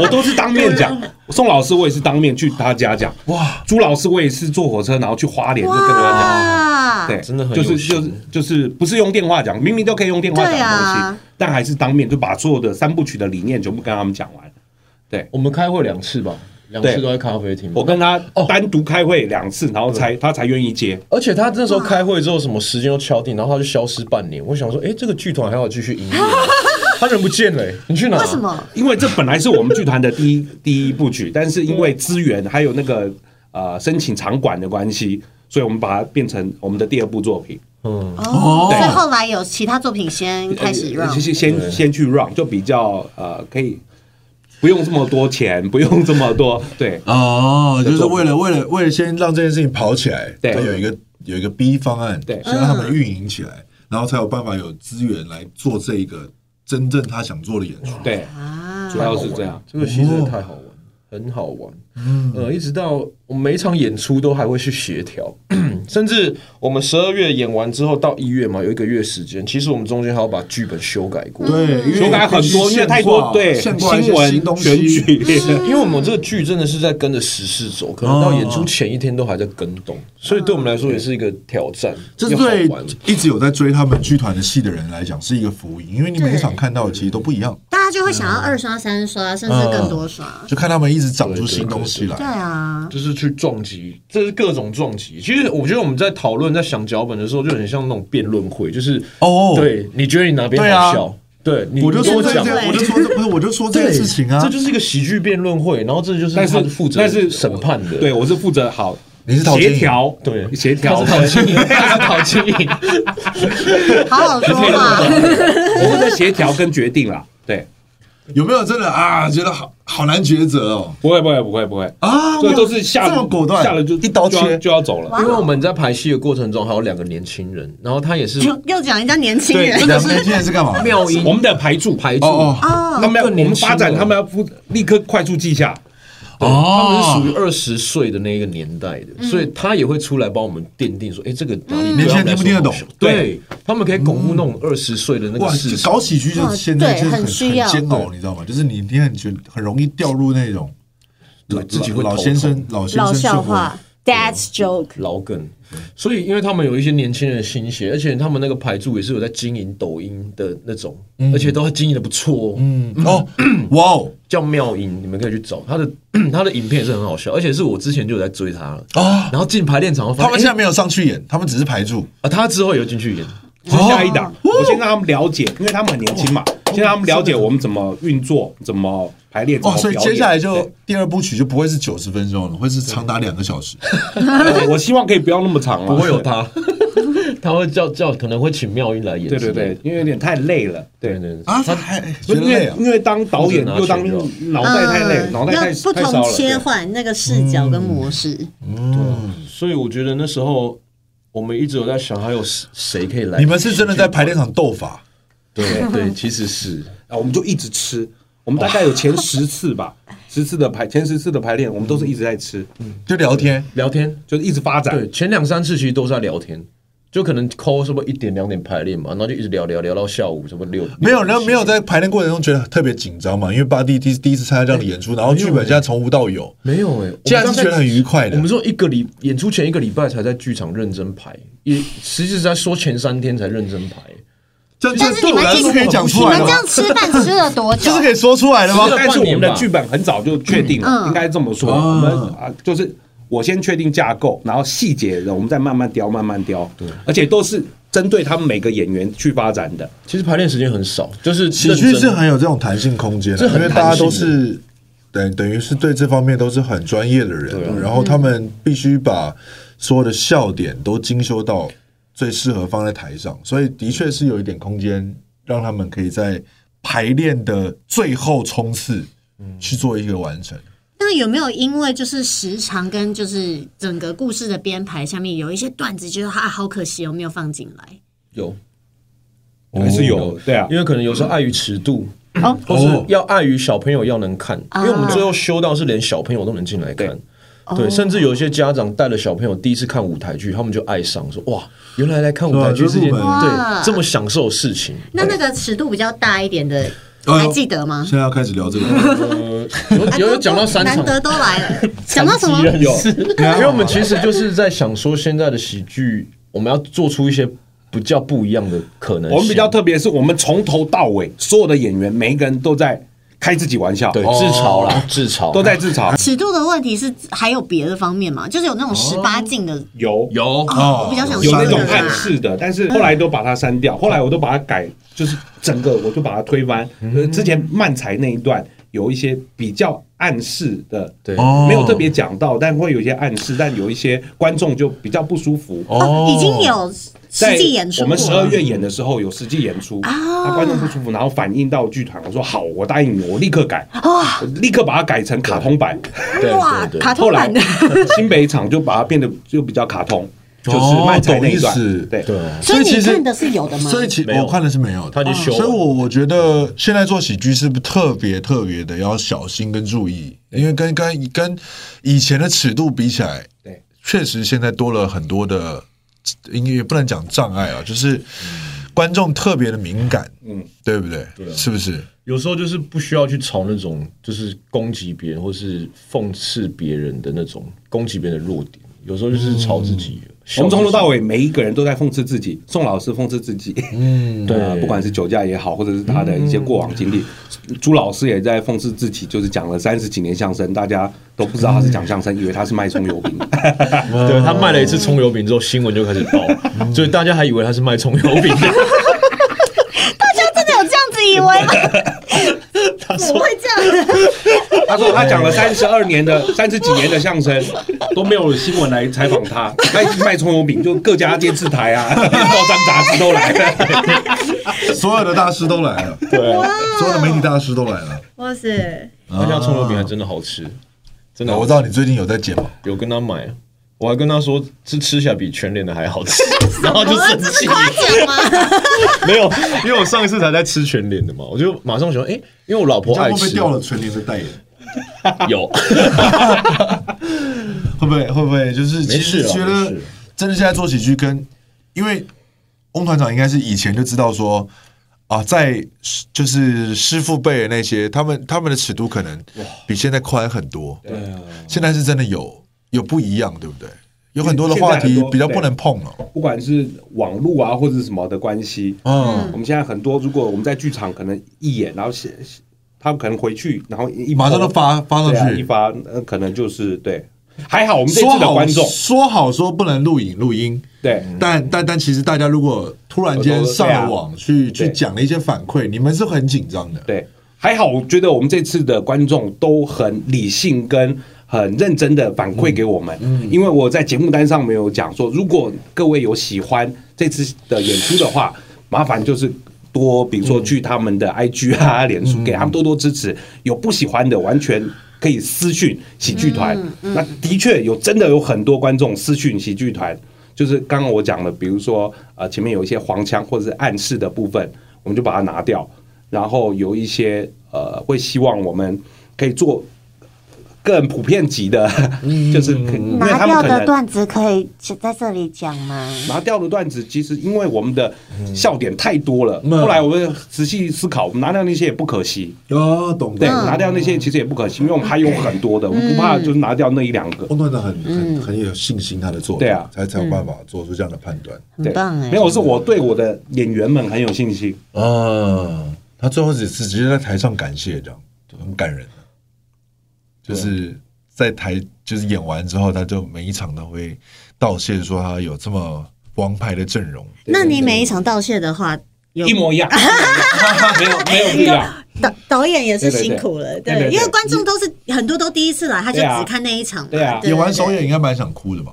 我都是当面讲，宋老师我也是当面去他家讲，哇，朱老师我也是坐火车然后去花莲就跟他讲。
哇，
对，
真的很
就
有
是就是就是不是用电话讲，明明都可以用电话讲的
对
东西，
啊
但还是当面就把所有的三部曲的理念全部跟他们讲完。
嗯
我们开会两次吧，两次都在咖啡厅。
我跟他
哦
单独开会两次，然后才他才愿意接。
而且他那时候开会之后，什么时间都敲定，然后他就消失半年。我想说，哎，这个剧团还要继续营
(laughs)
业吗，他人不见了，诶你去哪？
为什？么？
因为这本来是我们剧团的第一第一部曲，但是因为资源还有那个呃申请场馆的关系，所以我们把它变成我们的第二部作品。
哦，
对
所以后来有其他作品先开始
呃
run，
先先先去 run 就比较呃可以不用这么多钱，不用这么多对。
(laughs) 哦，就是为了为了为了先让这件事情跑起来，
对
它有一个有一个 B 方案，
对
先让他们运营起来，然后才有办法有资源来做这一个真正他想做的演出。
对，
啊
主要是这样。
这个戏真的太好玩，很好玩。
嗯
呃，一直到我每一场演出都还会去协调， (clears throat) 甚至我们十二月演完之后到一月嘛，有一个月时间，其实我们中间还要把剧本修改过。
对，因为
修改很多，因为太多对
现
新
挂一些新东
闻选
西
举，
因为我们这个剧真的是在跟着时事走，可能到
哦
演出前一天都还在跟动，所以对我们来说也是一个挑战，
这是
又好
对
玩。
一直有在追他们剧团的戏的人来讲是一个福音，因为你每一场看到的其实都不一样，
大家就会想要二刷、三刷，甚至更多刷。
就看他们一直长出新东西
对
来。
啊，
就是去撞击，这是各种撞击。其实我觉得我们在讨论、在想脚本的时候，就很像那种辩论会，就是
哦
对，你觉得你哪边
对
好
啊
笑？，
对，你
我就说
你
这
跟
件，
讲
我就说这不是，我就说这件事情啊
这。就是一个喜剧辩论会，然后这就是
但
他
是
负责，
但是审判的，
(laughs) 对，我是负责好
你是陶晶
协
莹
调，
对
协调
他是陶晶莹，他是陶晶莹，
好好说话。
我负责协调跟决定啦。对，
有没有真的啊？觉得好好难抉择哦
不会不会不会不会，
啊！
这
我
都是下
这么果断，
下了就
一刀
就要
切。
就要走了。
因为我们在排戏的过程中还有两个年轻人，然后他也是
又 (laughs) 又讲人家年轻
对
人，
真
两
的
个现在是干嘛？
妙音
我们的排柱，
排
哦
住，
哦
他们要我
更年
们
轻
发展，
了
他们要不立刻快速记下。
他们是属
哦，
于二十岁的那个年代的，所以他也会出来帮我们奠定说，哎，这个哪里
年轻人
对他们来说
听不听得懂
好笑对他们可以巩固那种二十岁的那
哇
个事，实。
搞喜剧就
哇
现
哦
在
对
就是
很
很
需要
煎熬，你知道吗？就是你你很觉很容易掉入那种老
自己会
老
头
先生
痛
老先
老
生
笑
生活
话，Dad's joke。
老梗，所以因为他们有一些年轻人的心血，而且他们那个牌柱也是有在经营抖音的那种，而且都经营的不错、哦，
嗯哦，哇哦
叫妙音，你们可以去找他的 (clears throat) 他的影片也是很好笑，而且是我之前就有在追他了，
啊！
然后进排练场后发
他们
现，
现
诶
在没有上去演，他们只是排住。
啊他之后有进去演，
是下一
哦
档，我先让他们了解，因为他们很年轻嘛，先让他们了解我们怎么运作、怎么排练、怎
哇，
么
哦所
表
以
演。
接下来就第二部曲就不会是九十分钟了，会是长达两个小时。
对我希望可以不要那么长了，
不
(laughs)
会有。他， (laughs) 他会叫叫可能会请妙音来演，
对对对，，因为有点太累了。对
对对对，
啊，他还觉
因
得累
为
啊？
因为当导演
拿
又当
拳就好
脑袋太累，
嗯
脑袋太
要不
太烧
同
了。
切换那个视角跟模式，
所以我觉得那时候我们一直有在想，还有谁谁可以来，
你们是真的在排练场斗法？ (laughs)
对对，其实是
啊，我们就一直吃，我们大概有前十次
(laughs)
吧，十次的排前十次的排练，我们都是一直在吃，
就聊天，
聊天，
就是一直发展。
对，前两三次其实都是在聊天，就可能 call 什么一点两点排练嘛，然后就一直聊聊聊到下午什么六。
没有，然
六
后没有在排练过程中觉得特别紧张嘛，因为巴蒂第第一次参加这样的演出，然后剧本现在从无到有，
没有哎、欸，
竟然是觉得很愉快
我
的
们。说一个礼演出前一个礼拜才在剧场认真排，也实际是在说前三天才认真排。
这样
但
这
是
对
你
我
们
来
这
说
个
可以讲
你
出来了
们这
吗
样？吃饭吃了多久
(laughs) 这？是可以说出来的吗
是？
但是我们
半年
的
吧
剧本很早就确定了，
嗯
应该这么说。我们啊，就是我先确定架构，然后细节我们再慢慢雕，慢慢雕。对，而且都是针对他们每个演员去发展的。
其实排练时间很少，就是
喜剧是很有这种弹性空间的，
这
因
很
为大家都
弹性
是等等于是对这方面都是很专业的
啊
人，然后他们必须把所有的笑点都精修到最适合放在台上，所以的确是有一点空间让他们可以在排练的最后冲刺去做一个完
嗯
成。
那有没有因为就是时长跟就是整个故事的编排下面有一些段子，就是啊好可惜哦没有放进来？
有，哦
还是有对啊
因为可能有时候碍于尺度。
哦啊
或是要碍于小朋友要能看，因为我们最后修到是连小朋友都能进来看，
哦
对，甚至有一些家长带了小朋友第一次看舞台剧，他们就爱上，说哇，原来来看舞台剧是件
对啊
哇
对这么享受的事情。
那那个尺度比较大一点的，
哎呦
还记得吗？
现在要开始聊这个了，
呃， (laughs) 有有有讲到三
难
场，
得都来了，讲到什么？
有，因为我们其实就是在想说，现在的喜剧我们要做出一些比较不一样的可能性，
我们比较特别，是我们从头到尾所有的演员每一个人都在开自己玩笑，哦
对自嘲啦，自嘲
都在自 (laughs) 嘲。
尺度的问题是还有别的方面吗？就是有那种十八禁的，
有
有
哦，我比较想
有嗯
说
那
这
种
个
暗
啦。
示的，但是后来都把它删掉，后来我都把它改，就是整个我就把它推翻。呃之前漫才那一段有一些比较暗示的，
对
哦
没有特别讲到，但会有一些暗示，但有一些观众就比较不舒服。
哦，已经有
在
实际演出啊
我
过了，
们十二月演的时候有实际演出，那观众不舒服，然后反映到剧团，我说好，我答应你，我立刻改，我立刻把它改成卡通版。
对
哇
对对，，
卡
后
通
来
版的，
新北场就把它变得就比较卡通，就是
哦
漫才那
懂
一
意
段
思，
对。
所以其
你
实
看的是有的吗？
所以其
没有
我看的是没有的，
他已经修了
所以我我觉得现在做喜剧是不是特别特别的要小心跟注意，因为跟跟跟以前的尺度比起来，
对，
确实现在多了很多的，应也不能讲障碍啊，就是观众特别的敏感，嗯，对不对？是不是？
有时候就是不需要去吵那种就是攻击别人或是讽刺别人的那种攻击别人的弱点，有时候就是吵自己。
嗯
我们从头到
尾
尾，每一个人都在讽刺自己，宋老师讽刺自己，嗯，
对
不管是酒驾也好，或者是他的一些过往经历，
嗯
朱老师也在讽刺自己，就是讲了三十几年相声，大家都不知道他是讲相声，以为他是卖葱油饼。
对他卖了一次葱油饼之后，新闻就开始
啊
报，所以大家还以为他是卖葱油饼的。
大家真的有这样子以为
他说他讲了三十二 (laughs) 年的、三十几年的相声，都没有新闻来采访他，卖卖葱油饼，就各家电视台 (laughs) 啊、报章杂志都来 (laughs) 了。
所有的大师都来了，
对，
所有的媒体大师都来了。
哇塞，
他家葱油饼还真的好吃，真的
我知道你最近有在剪嘛，
有跟他买，我还跟他说是吃起来比全脸的还
(laughs)
好吃，然后他就生
这
气
是。夸奖吗？
没有，因为我上一次才在吃全脸的嘛，我就马上想，哎、因为我老
这
婆
样
爱
会不会
吃，
掉了全年的代言？
有，
会不会会不会就是其实
没事啊
觉
没
得
事
真的现在做喜剧跟，因为翁团长应该是以前就知道说啊，在就是师傅辈的那些，他们他们的尺度可能比现在宽很多。对啊，现在是真的有有不一样，对不对？有很多的话
现在很
题
多
比较不能碰了。
不管是网络啊或者是什么的关系，
嗯，
我们现在很多，如果我们在剧场可能一演，然后写，他们可能回去，然后一
马上就发发上
对啊
去
一发，呃，可能就是对。还好我们这
说
次的
好
观众，
说好说不能录影录音，
对
但但但其实大家如果突然间上了网去去
对
讲了一些反馈，你们是很紧张的。
对，还好，我觉得我们这次的观众都很理性跟很认真的反馈给我们。因为我在节目单上没有讲说，如果各位有喜欢这次的演出的话，麻烦就是。多，比如说去他们的 IG 啊、脸书，给他们多多支持。有不喜欢的，完全可以私讯喜剧团。那的确有，真的有很多观众私讯喜剧团，就是刚刚我讲的，比如说呃前面有一些黄腔或者是暗示的部分，我们就把它拿掉。然后有一些呃会希望我们可以做更普遍级的， (laughs) 就是可因
嗯
为
拿
他们
掉
可
的
能。
段子可以在这里讲吗？
拿掉的段子，其实因为我们的
嗯
笑点太多了，后来我们仔细思考，我们拿掉那些也不可惜，
哦，懂
对，
嗯
拿掉那些其实也不可惜，因为我们还有很多的，我们不怕就是拿掉那一两个。
翁团长很
嗯
很很有信心，他的做法
对啊
才才有办法做出这样的判断。
对，
棒哎
没有，是我对我的演员们很有信心。
啊，他最后只是直接在台上感谢，这样很感人。啊就是在台就是演完之后，他就每一场都会道谢，说他有这么王牌的阵容。
那你每一场道谢的话，有
一
(laughs)
模一样，没有没有不一样。
导导演也是辛苦了，
对对对对对
因为观众都是很多都第一次来，他就
对啊
只看那一场嘛，
对啊
演完首演应该蛮想哭的吧？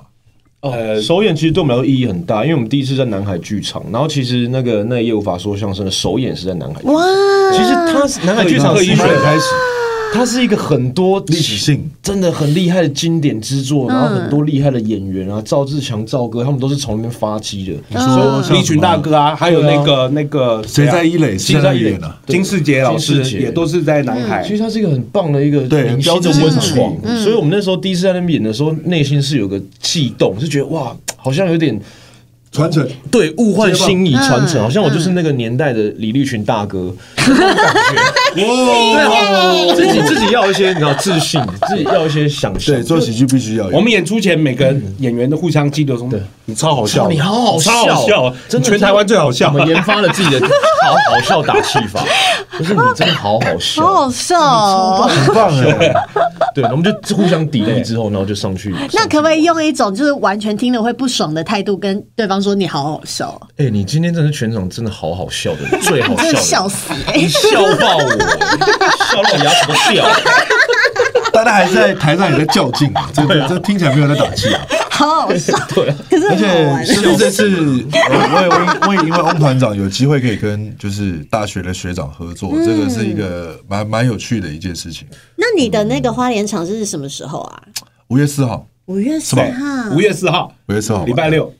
呃，首演其实对我们来说意义很大，因为我们第一次在南海剧场，然后其实那个那夜无法说相声的首演是在南海剧场。
哇，
其实它是南海剧场
特
是
意
一
选
个
的
开始
它是一个很多
历史性
真的很厉害的经典之作，然后很多厉害的演员啊，赵志强、赵哥，他们都是从那边发迹的。
嗯
说
李群大哥
嗯
啊，还有那个那个
谁在
啊
一垒，谁在一垒呢？
金世杰老
金
师
世杰嗯
也都是在南海
其，实它是一个很棒的一个
对
明星
标
的
志性
温
场
床，所以我们那时候第一次在那边演的时候，内心是有个悸动，是觉得哇，好像有点
传承
对物换星移传
嗯
承，好像我就是那个年代的李立群大 (laughs) 哥，啊哇，自己自己要一些你知道自信， (laughs) 自己要一些想象
对，，做喜剧必须要有。
我们演出前，每个演员都互相激流说：“你超好笑，
你好好笑哦
超好笑，
真的
全台湾最好笑
我。们研发了自己的好好笑打气 (laughs) 法，不是你真的好好
好好
笑，
笑
嗯
哦。
很棒哎，
对，然后我们就互相砥砺之后，然后就上去。
那可不可以用一种就是完全听了会不爽的态度跟对方说你好好笑，
哎，你今天真的是全场真的好好笑
(laughs)
的，最好
真的
笑
笑
的，
死、
你笑爆我，笑到我牙齿都掉了。
(laughs)
大家还是在台上也在较劲啊，这这这听起来没有在打气啊。
好好笑，
对啊，
可是
而
很好玩
且。甚至这次，呃我我也我我也因为翁团长有机会可以跟就是大学的学长合作，
嗯
这个是一个蛮蛮有趣的一件事情。
那你的那个花莲场是什么时候啊？
五月四号，
五月四
对
号，啊
五月四号，
五月四号，
礼拜，六。
哦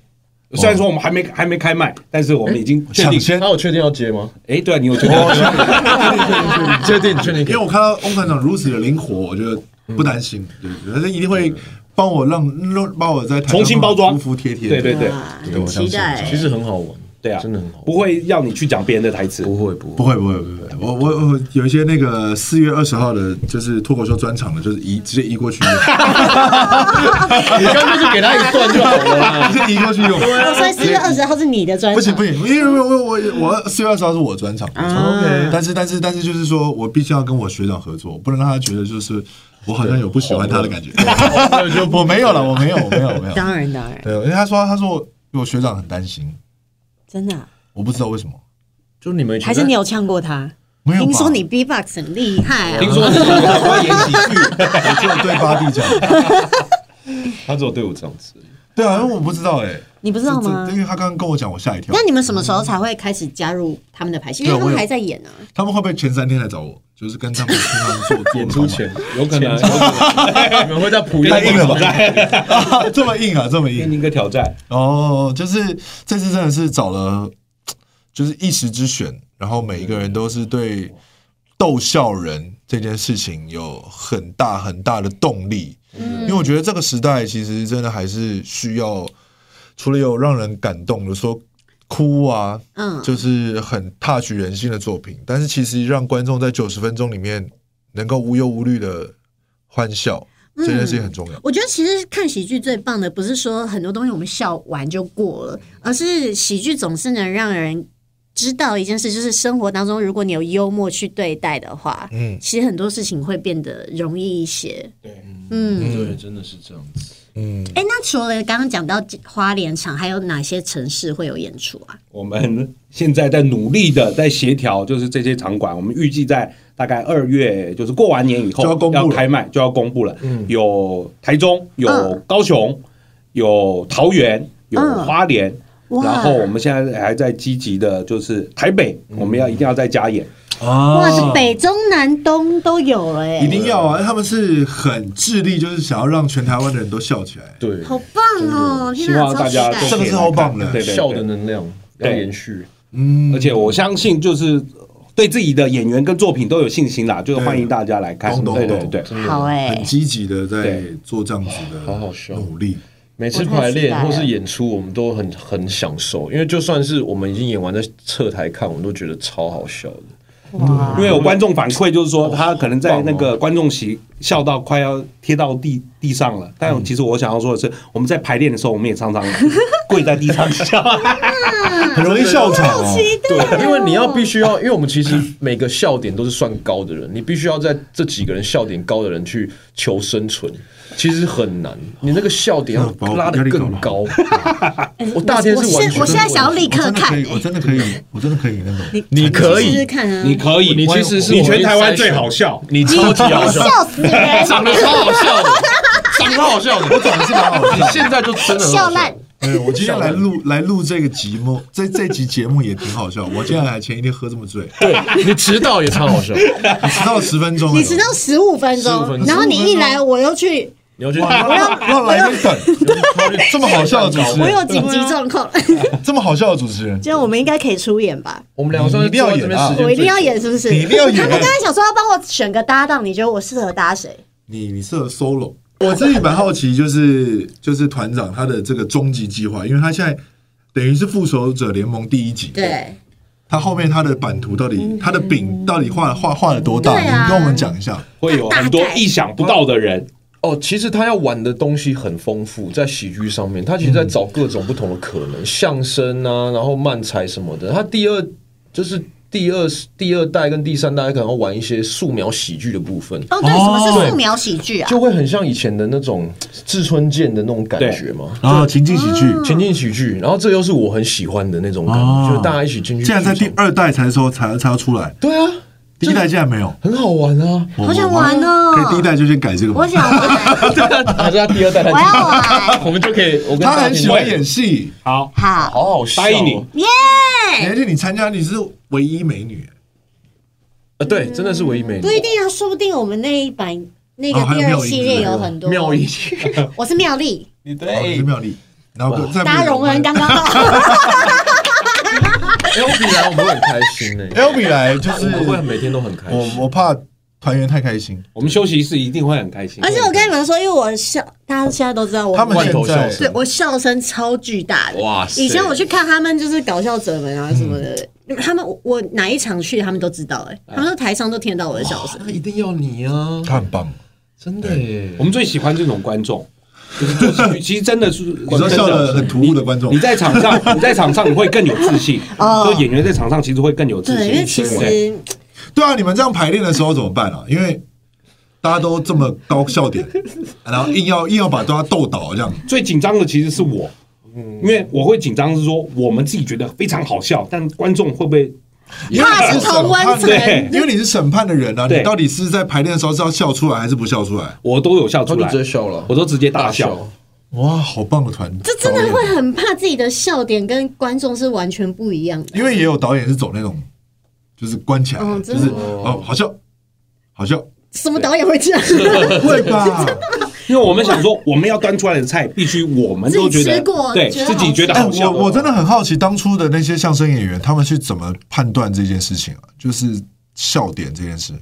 虽然说我们还没还没开卖，但是我们已经确
抢
定。
先
那。我确定要接吗？
哎，对啊，你有确
哦
定？
(laughs) 确定，确定
因为我看到翁团长如此的灵活，我觉得不担心，对对，他一定会帮我让让帮我在台上
重新包装
服服帖帖。
对对对
哇，
对
很
我相
期
信
待。
其实很好玩，
对啊，
真的很好哦玩
不会要你去讲别人的台词。
不会不会
不会不会不会，我我我有一些那个四月二十号的，就是脱口秀专场的，就是移直接移过去用，
(laughs) 你刚刚就是给他一段就好了啦。
直接移过去用。
哦所以四月二十号是你的专
不行不
场，
行，因为我我我我四月二十号是我专场，OK，但
啊
是但是但是就是说我必须要跟我学长合作，不能让他觉得就是我好像有不喜欢他的感觉。我没有了，我没有，我没有，我没有。
当然当然，
对，因为他说他说我学长很担心，
真的啊
我不知道为什么。
(laughs) 就你们以前
还是你有呛过他？
没有吧
听说你 B-box 很厉害啊，
听说你会演喜剧，
我只有对巴蒂讲。
他只有对我这样子，
对啊，因为我不知道哎，
你不知道吗
这？因为他刚刚跟我讲，我吓一跳
那。你们什么时候才会开始加入他们的排戏？
嗯
因
对
为他
我
们
有
还在演呢、啊。
他们会不会前三天来找我？就是跟他们平常做做
演出前有可能，
能
有可能你们会在普
太
院
硬了吧？啊这么硬啊，这么
给
硬
你一个挑战，
哦！就是这次真的是找了，就是一时之选，然后每一个人都是对逗笑人这件事情有很大很大的动力，
嗯
因为我觉得这个时代其实真的还是需要，除了有让人感动的说哭啊，
嗯，
就是很 touch 人心的作品，但是其实让观众在九十分钟里面能够无忧无虑的欢笑，这件事情很重要。
我觉得其实看喜剧最棒的不是说很多东西我们笑完就过了，而是喜剧总是能让人知道一件事，就是生活当中如果你有幽默去对待的话，
嗯
其实很多事情会变得容易一些。对，嗯，
对，真的是这样子。
嗯，
哎、那除了刚刚讲到花莲场，还有哪些城市会有演出啊？
我们现在在努力的在协调，就是这些场馆，我们预计在大概二月，就是过完年以后
就要公布了嗯
开卖，就要公布了。有台中，有
嗯
高雄，有桃园，有
嗯
花莲。
哇
然后我们现在还在积极的，就是台北，
嗯
我们要一定要再加演。
哇，是北中南东都有了哎、
哦一定要啊！他们是很致力，就是想要让全台湾的人都笑起来。
对，
好棒哦！
嗯希
天哪，
望
超
大
期
家
待
都
这个
可以
是
来
好
看
棒的
对对对
笑的能量要
对
延续。
嗯
而且我相信，就是对自己的演员跟作品都有信心啦，就是欢迎大家来看。
懂懂
对对
懂
对，
好哎、
很积极的在
对
做这样子
好好
的
笑
努力。
每次排练或是演出，我们都很很享受，因为就算是我们已经演完在侧台看，我们都觉得超好笑的。
因为有观众反馈，就是说他可能在那个观众席笑到快要贴到地地上了。但其实我想要说的是，我们在排练的时候，我们也常常跪在地上笑。
很容易笑场哦。
对，因啊为你要必须要，因为我们其实每个笑点都是算高的人，你必须要在这几个人笑点高的人去求生存，其实很难。你那个笑点 (laughs) 要拉得更
(laughs)
高。我大天
哎我
是完全
现我现在想要立刻
我真的
看、
可以，我真的可以，我真的可以那种。
你可
试试
以，
看啊！
你可以，
你其实是
你全台湾最好笑。
你超级好笑，
笑哎死人，
长得超好笑的，长得超好笑的， (laughs) 我长得是蛮好笑，你现在就真的很好
笑烂。
哎，我今天来录来录这个节目，这这集节目也挺好笑。我今天还前一天喝这么醉，
对你迟到也超好笑，
迟到十分钟。
你迟到十五分
15
钟，
分钟
然后你一来我又去，
你要去
哇，乱来一等，这么好笑的主持
我
人，
有紧急状况， (laughs)
这么好笑的主持人，
这样我们应该可以出演吧？
我们两个算是坐在这边时间最久
我一定要。演，是啊不是？
你一定要演
他们刚才想说要帮我选个搭档，你觉得我适合搭谁？
你你适合 solo。我自己蛮好奇，就是就是团长他的这个终极计划，因为他现在等于是复仇者联盟第一集，，
对，嗯
他后面他的版图到底他的饼到底画画画了多大？
对啊
你跟我们讲一下。
会有很多意想不到的人，
哦，其实他要玩的东西很丰富，在喜剧上面，他
嗯
其实在找各种不同的可能，相声啊，然后漫才什么的。他第二就是第二第二代跟第三代可能要玩一些素描喜剧的部分，
哦，对，什么是素描喜剧啊？
就会很像以前的那种志村健的那种感觉嘛。
然后情景喜剧
哦
情境喜剧，然后这又是我很喜欢的那种感
哦
觉，就是大家一起进去
竟
剧
然
场。
在第二代才说才才要出来，
对啊，
第一代竟然没有，
很好玩
(laughs)
啊！
好想玩哦
可以第一代就先改这个吧。
我想玩，
他是他第二代，
我要
(laughs)
玩，
我们就可以，我跟
啊他
大家
很
听
喜欢演戏，
好，
好
好好笑哦
答应你
耶！哎
而且你参加你是唯一美女，
啊！对，真的是唯一美女
不，一定啊，说不定我们那一版那
哦
个
还有
第二
妙音
系
之类
列
的
有很多
妙一，
我是妙丽，
哦你是妙丽，然后再
大家容恩刚刚好。
L B 来我们会很开心呢、
(laughs)
L B 来就是
我们会每天都很开
我
心。
我怕团员太开心，
我们休息室一定会很开心。
而且我跟你们说，因为我笑，大家现在都知道我，
他们现
罐头笑
在
声
对我笑声超巨大的。
哇塞
以前我去看他们，就是搞笑者们啊什么的，
嗯
他们我我哪一场去，他们都知道、哎、
啊
他们说台上都听得到我的笑声。
那一定要你啊！
他很棒。
真的耶，
我们最喜欢这种观众，就是做喜剧，其实真的是你
你说笑得很突兀的观众
你在场上，你在场上你会更有自信。
哦
就演员在场上其实会更有自
对，因为
信。
其
对对
实
对啊，你们这样排练的时候怎么办啊？因为大家都这么高笑点，然后硬要硬要把大家逗倒，这样
最紧张的其实是我，因为我会紧张是说我们自己觉得非常好笑，但观众会不会
因为
怕
你
是同温层
审判因为你是审判的人啊，
对
你到底是在排练的时候是要笑出来还是不笑出来？
我都有笑出
他
来，
就直接笑了
我都直接大笑。
哇，好棒的团！
这真的会很怕自己的笑点跟观众是完全不一样的。
因为也有导演是走那种，就是关起来，
哦
就
真的
是哦，好笑，好笑，
什么导演会这样？
(laughs)
(laughs) 啊
会吧？
因为我们想说，我们要端出来的菜必须我们都
自
觉
己
得
吃过
对
觉得
自己觉得
哎，
好笑。哦
我我真的很好奇，当初的那些相声演员，他们去怎么判断这件事情啊？就是笑点这件事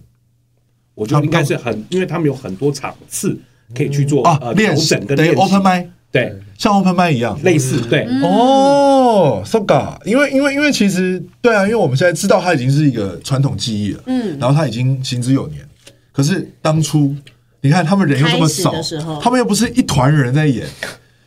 我觉得应该是很，因为他们有很多场次可以去做
啊，
呃调
练习
整跟
等于
练习
open，麦，嗯
对，
像 open 麦一样。
类似对。
哦，so ga，因为因为因为其实对啊，因为我们现在知道它已经是一个传统技艺了，嗯，然后它已经行之有年。可是当初你看他们人又这么少
开始的时候，
他们又不是一团人在演，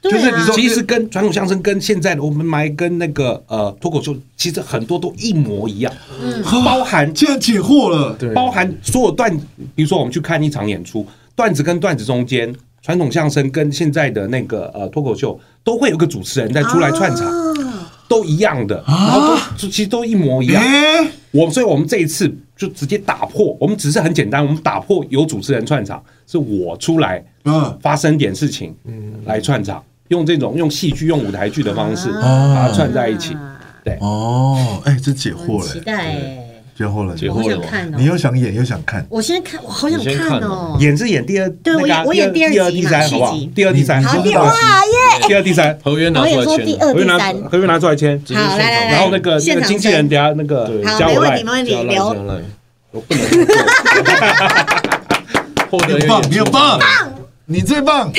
就是你说
其实跟传统相声、跟现在的我们埋跟那个呃脱口秀，其实很多都一模一样，
嗯
包含
竟然解惑了，对，
包含所有段，比如说我们去看一场演出，段子跟段子中间，传统相声跟现在的那个呃脱口秀，都会有个主持人在出来串场，
啊
都一样的，然后都其实都一模一样。
哎，
我所以我们这一次就直接打破，我们只是很简单，我们打破有主持人串场，是我出来
嗯，
发生点事情
嗯
来串场，用这种用戏剧、用舞台剧的方式
啊
把它串在一起。
哦，哎，这解惑
很期
了，
待欸，
解惑了，解
我好想看
你
哦！
又想演又想看，
我现在看，我好想
你先看
看
哦
哦！
演是演第二，
对我演
那个啊
我演
第
第二集
第
嘛
二、第三，
续
好不好
集？
第二、第三，
你
好，
你
第
知道
哇耶！
第二、第三，
合约拿
导
出
演
来
说
签
第
了，
二、
(laughs) 合约
第
拿
三，
合约拿出来签，
直接
好，
现
来来
场
来，
然后那个那
现
个
场
经纪人，
声
等下那个
对
好，
加
没
我
问
赖
题，没，问题，
加赖加
留。
赖，
我不能
(laughs)
做，
获
你
得
很
一个演出
棒，你很棒，你最棒，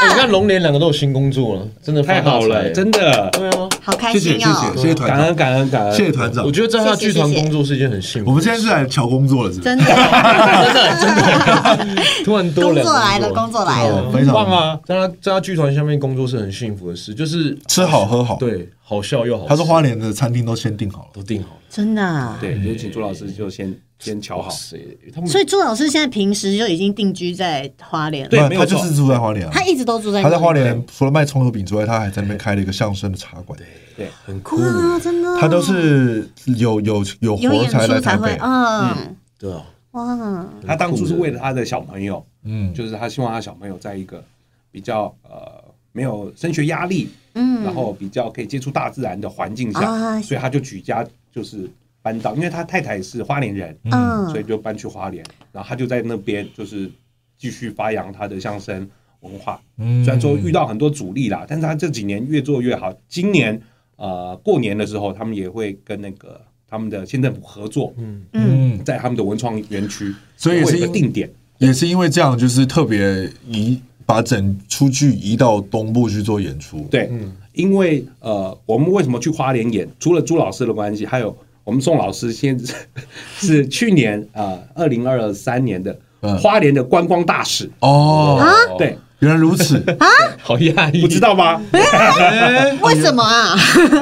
哎你看龙年两个都有新工作了，真的发
太
大财
好了，真的，
对啊。
好开
谢谢
心
谢
哦
谢！谢谢团
感
长
恩，感恩感恩，
谢谢团长
我。觉得在他
谢谢
剧团
谢谢
工作是一件很幸福的事。
我们现在是来瞧工作了，是不是？
(laughs) 真的，
真的真的，突然多
工
两
作
个
来了，工作来了，
哦非常
棒啊！在他在他剧团下面工作是很幸福的事，就是
吃好喝好，，
对好笑又好吃。
他说花莲的餐厅都先订好了，
都定好了，
真的啊。
对，
哎
有请朱老师就先先瞧好，
谁他们
所以朱老师现在平时就已经定居在花莲了，
对
不然
没有
他
错
就是住在花莲啊，
他一直都住在
他在花莲除了卖葱油饼之外，他还在那边开了一个相声的茶馆。
很酷，
哇，真的，
他都是有有有活
有
儿
演
才
出
来
才
台
会
北，，
嗯，
对啊，
哇，
他当初是为了他的小朋友，
嗯，
就是他希望他小朋友在一个比较呃没有升学压力，
嗯
然后比较可以接触大自然的环境下，
啊
所以他就举家就是搬到，因为他太太是花莲人，
嗯
所以就搬去花莲，然后他就在那边就是继续发扬他的相声文化。
嗯
虽然说遇到很多阻力啦，但是他这几年越做越好。今年呃过年的时候，他们也会跟那个他们的县政府合作，嗯，
嗯，
在他们的文创园区，
所以也
会
是
有一个
因
定点。
也是因为这样，就是特别移把整出剧移到东部去做演出，，
对，因为呃，我们为什么去花莲演？除了朱老师的关系，还有我们宋老师先 (laughs) 是去年呃二零二三年的
嗯
花莲的观光大使，
哦，
对，
原来如此，
好压抑，
不知道吗？
为什么啊？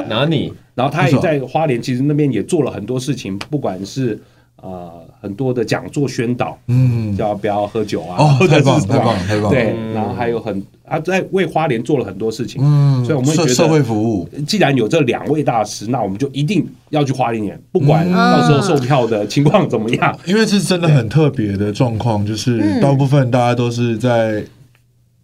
拿你
然后他也在花莲，其实那边也做了很多事情，不管是呃很多的讲座宣导，
嗯，
叫不要喝酒啊，
哦
或者
太棒
是什么
太棒太棒
对，
嗯
然后还有很他在为花莲做了很多事情，
嗯
所以我们会觉
社
得
社会服务，
既然有这两位大师，那我们就一定要去花莲演，不管
嗯
到时候售票的情况怎么样。
因为是真的很特别的状况，就是大部分大家都是在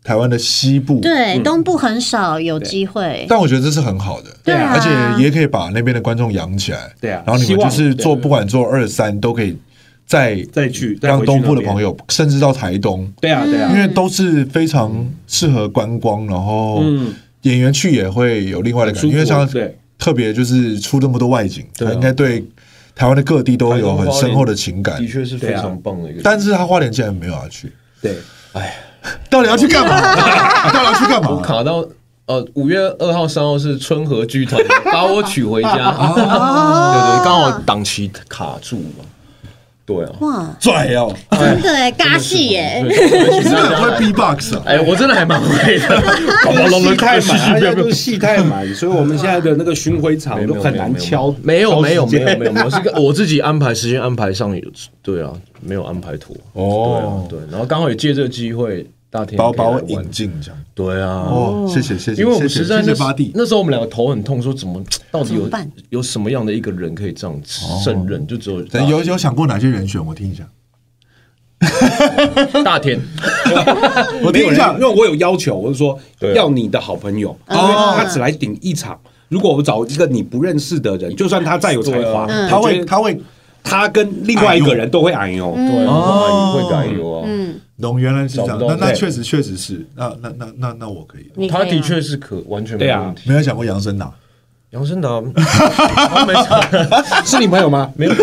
台湾的西部，
对，东部很少有机会，
但我觉得这是很好的，
对啊
而且也可以把那边的观众养起来，
对啊
然后你
希
们
望
就是
对
做不管做二三都可以再
再去再
让
回去
东部的
那边
朋友，嗯甚至到台东，
对啊，对啊，
因为都是非常适合观光，然后
嗯
演员去也会有另外的感觉，
很舒服
因为像
对
特别就是出这么多外景，
啊
他应该对台湾的各地都有很深厚的情感
的。确是非常棒的一个。
但是他花莲竟然没有要去，
对，
到底要去干嘛？到底要去干
我
嘛？
卡到呃五月二号、三号是春和剧团的把我娶回家，对对，刚好档期卡住嘛。对啊，
哇，
拽哦，
真的哎，尬戏耶，
对
真的很会 B box 啊！
哎，我真的还蛮会的，搞不好龙
戏
门
太
开始
满，现在都戏太满， (laughs) 所以我们现在的那个巡回场
没有
都很难敲。
没有没有
敲时
没有
间
没有没有，是个我自己安排时间安排上有，对啊，没有安排妥。
哦
对啊，对，然后刚好也借这个机会，
大天
把
可以
把
来
我
玩
引进这样。
对啊，
哦，谢谢谢谢，
因为我们
谢谢
实在
谢
那
谢巴蒂，
那时候我们两个头很痛，说怎么到底
怎
有
么办
有什么样的一个人可以这样胜任？就只哦有
等有有想过哪些人选？我听一下，
大大天，
我
没
听
有
一
人哦
下
嗯因为我有要求，我是说
对啊
要你的好朋友，因为他只来顶一场。如果我找一个你不认识的人，就算他再有才华，
他会他会
他跟另外一个人都会哦矮哟。
对啊，会改油啊，
嗯
懂，原来是这样
找，不
那
到
那
对
确实确实是，那那那那那我可以，
你可以
他
吗
的确是可完全没
对啊
问题。
没有想过杨森呐，
杨森达，他没事 (laughs) 是你朋友 (laughs) 吗？没有，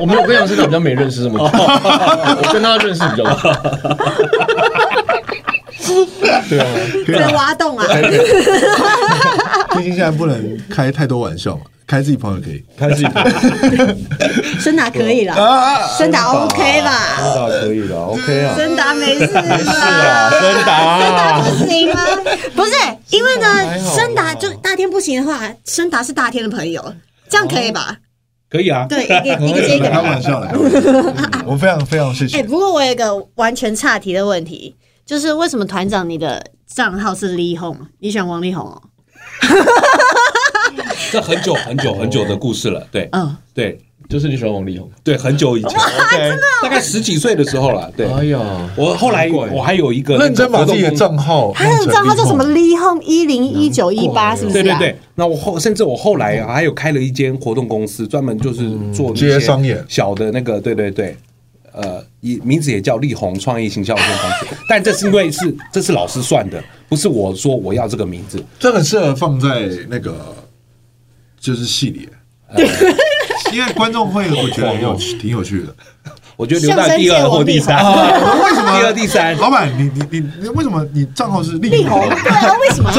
我没有跟杨森达比较没认识这么久， (laughs) 我跟他认识比较多。
在挖洞啊！
毕竟现在不能开太多玩笑嘛，开自己朋友可以，
(laughs) 他自己朋友
森达可以了，森达 OK 吧？
大可以了，OK 啊，
森达没事吧？
森达
不行吗？不是，因为呢，森达就大天不行的话，森达是大天的朋友，这样可以吧？
可以啊，
对，一个一个接一个
开
来。
(laughs) 玩笑的，开玩笑的我非常非常谢
哎、
谢。
不过我有一个完全岔题的问题，就是为什么团长你的账号是李红？你喜欢王力宏哦？
这很久很久很久的故事了。对
嗯，
对
就是你喜欢王力宏。
对，很久 (laughs) 以前，啊大概十几岁的时候了。对，
哎呀，
我后来我还有一个
认真把自己的
活动公
账号弄成
他
立
那
后，
个账号叫什么？李红一零一九一八，是不是、
对
啊？
对对，那我后甚至我后来还有开了一间活动公司，专门就是做
接商演
小的那个，对对对，呃，也名字也叫力宏创意行销有限公司，但这是因为是这是老师算的，不是我说我要这个名字，
这很适合放在那个就是戏里， (laughs) 因为观众会我觉得 (laughs) 很有趣，挺有趣的。
我觉得留在第二或第三，
为什么？
(laughs) 第二第三，
老板，你你你你为什么你账号是力
力宏，对啊，为什么？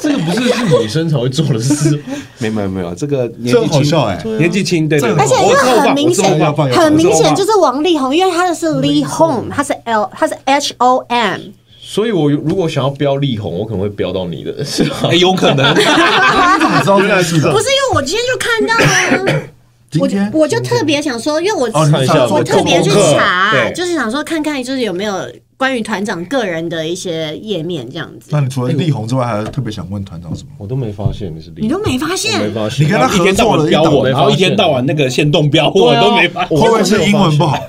这个不是是女生才会做的 (laughs) 事，
没有没有没有，这个年
这很
纪
好
轻，
笑哎，
年纪轻，对对，
这
对
个
而且因
我
为
之后
很
放
明
我之后
要
显
放
放，
要放
很明显就是王力宏，因为他的是 Lee Home，他是 L，他是 H O M，
所以我如果想要标力宏，我可能会标到你的， (laughs) 是吧
哎，？有
(laughs)
可能，
你怎么知道这件事的
不？是因为我今天就看到了、
今
我
天
我就特别想说，因为我、
哦，你想
我
做
特别去
做功课
查，
对
就是想说看看就是有没有关于团长个人的一些页面这样子
那。你除了力宏之外，还特别想问团长什么？
我都没发现你是力
你
宏，
都没发现
我没发现，
你跟他
一
合
天到
作了一
晚标
档，
我，
会
然后一天到晚那个限动标我
对啊
都没办法。
不会是英文不 (laughs) 好？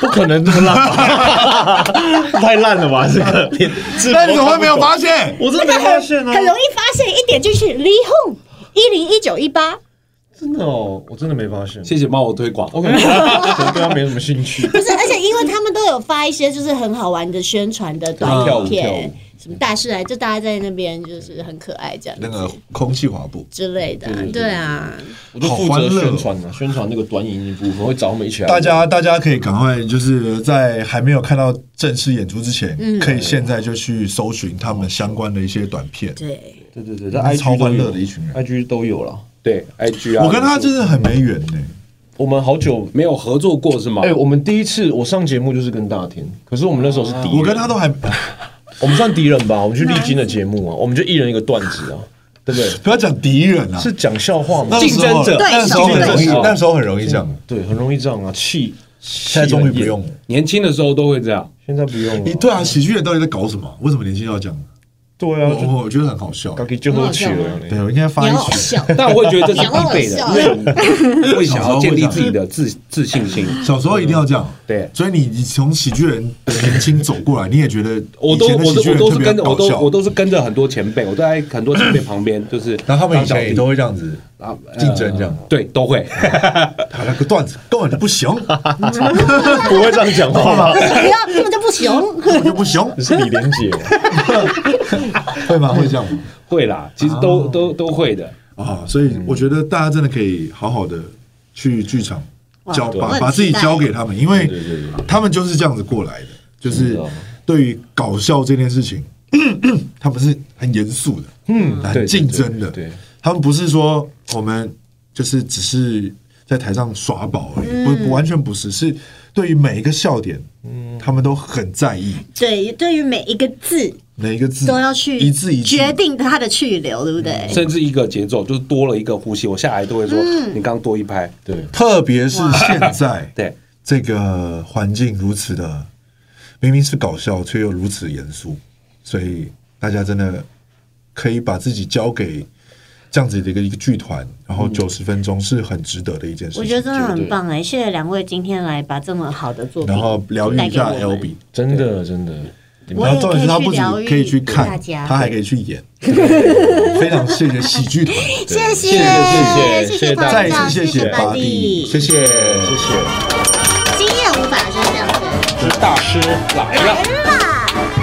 不可能这么烂吧，太烂了吧？这个连字
那你怎么
都
会没有发 (laughs) 现？
我真的没发现啊！
很容易发现，一点进去 Lee Home 一零一九一八，
真的哦，我真的没发现。
谢谢帮我推广。
我可能可能对他没什么兴趣。
不是，而且因为他们都有发一些就是很好玩的宣传的
嗯
短
跳舞
影
跳
片
舞，
什么大师来，就大家在那边就是很可爱这样
那个空气滑步，
之类的啊，对啊，
我就负责宣传啊，宣传那个短影音部分，会找他们一起来。
大家大家可以赶快就是在还没有看到正式演出之前，
嗯
可以现在就去搜寻他们相关的一些短片。
对，
对对对，在
是
IG
超欢乐
都有
的一群人
，IG 都有了。
对，IG 啊，
我跟他真的很没缘呢、
我们好久，
没有合作过是吗？
哎，我们第一次我上节目就是跟大天，可是我们那时候是
哦
敌人，
我跟他都还
我们算敌人吧？我们去历经的节目啊，我们就一人一个段子啊，对不对？
不要讲敌人啊，
是讲笑话吗
那？时候
竞争者
那时候很容易
对手，
那时候很容易这样，
对，很容易这样啊，气。
现
现
在终于不用，了。
年轻的时候都会这样，
现在不用了。
你对啊，喜剧人到底在搞什么？为什么年轻人要讲？
对啊，
我
就
我我觉得很好笑。
刚给就喝起了
对，我应该发
(laughs) 你
一
很好
曲。
笑。
但我会觉得这是必备的，因为你会想要建立自己的自自信
(laughs)
心。
小时候一定要这样，
对
所以你你从喜剧人的年轻走过来，你也觉得
我都
以前的
我
喜
都
剧
我
人
都
特
是
别
跟着我
搞
都
笑
我，都是跟着很多前辈，我都在很多前辈旁边，就是
然后他们以
当小
前也
弟
都会这样子
啊呃
竞争这样，
对，都会。 (laughs)
他那个段子根本就不行，
不会这样讲话吧？
不要，根本就不行。
根本就不行，
(laughs) 是李连啊杰，
会吗？会这样吗？
会啦，其实
哦
都都都会的。
啊，所
嗯
以我觉得大家真的可以好好的去剧场交
我
把
很
把自己
期待
交给他们，因为
对对啊对
他们就是这样子过来的，就是
真的
对于搞笑这件事情， (clears throat) 他们是很严肃的，嗯，很
对
竞争的，
对对对
他们不是说我们就是只是在台上耍宝而已，
嗯
不不完全不是，是对于每一个笑点，
嗯
他们都很在意
对，对于每一个字
每一个字
都要去
一字一句嗯
决定它的去留，对不对？
甚至一个节奏就是多了一个呼吸，我下来都会说你刚多一拍。
对， (laughs)
特别是现在
对
这个环境如此的明明是搞笑，却又如此严肃，所以大家真的可以把自己交给这样子的一个一个剧团，然后九十分钟是很值得的一件事情。
嗯我觉得真的很棒哎、谢谢两位今天来把这么好的作品
然后疗愈
带
一
给
下
我
L
们
B，
真的真的，
我
然后
也
重点
可以
是他
去
不止
疗愈
可以去
大
看，
家，
他还可以去演， (laughs) 非常谢谢喜剧
(laughs)
团，
谢
谢
谢
谢谢谢
谢
大
再
馆
一
长，
次谢
谢
巴
巴
蒂，
蒂，
谢谢谢谢。
今夜无法说相声
大师来了。
来了。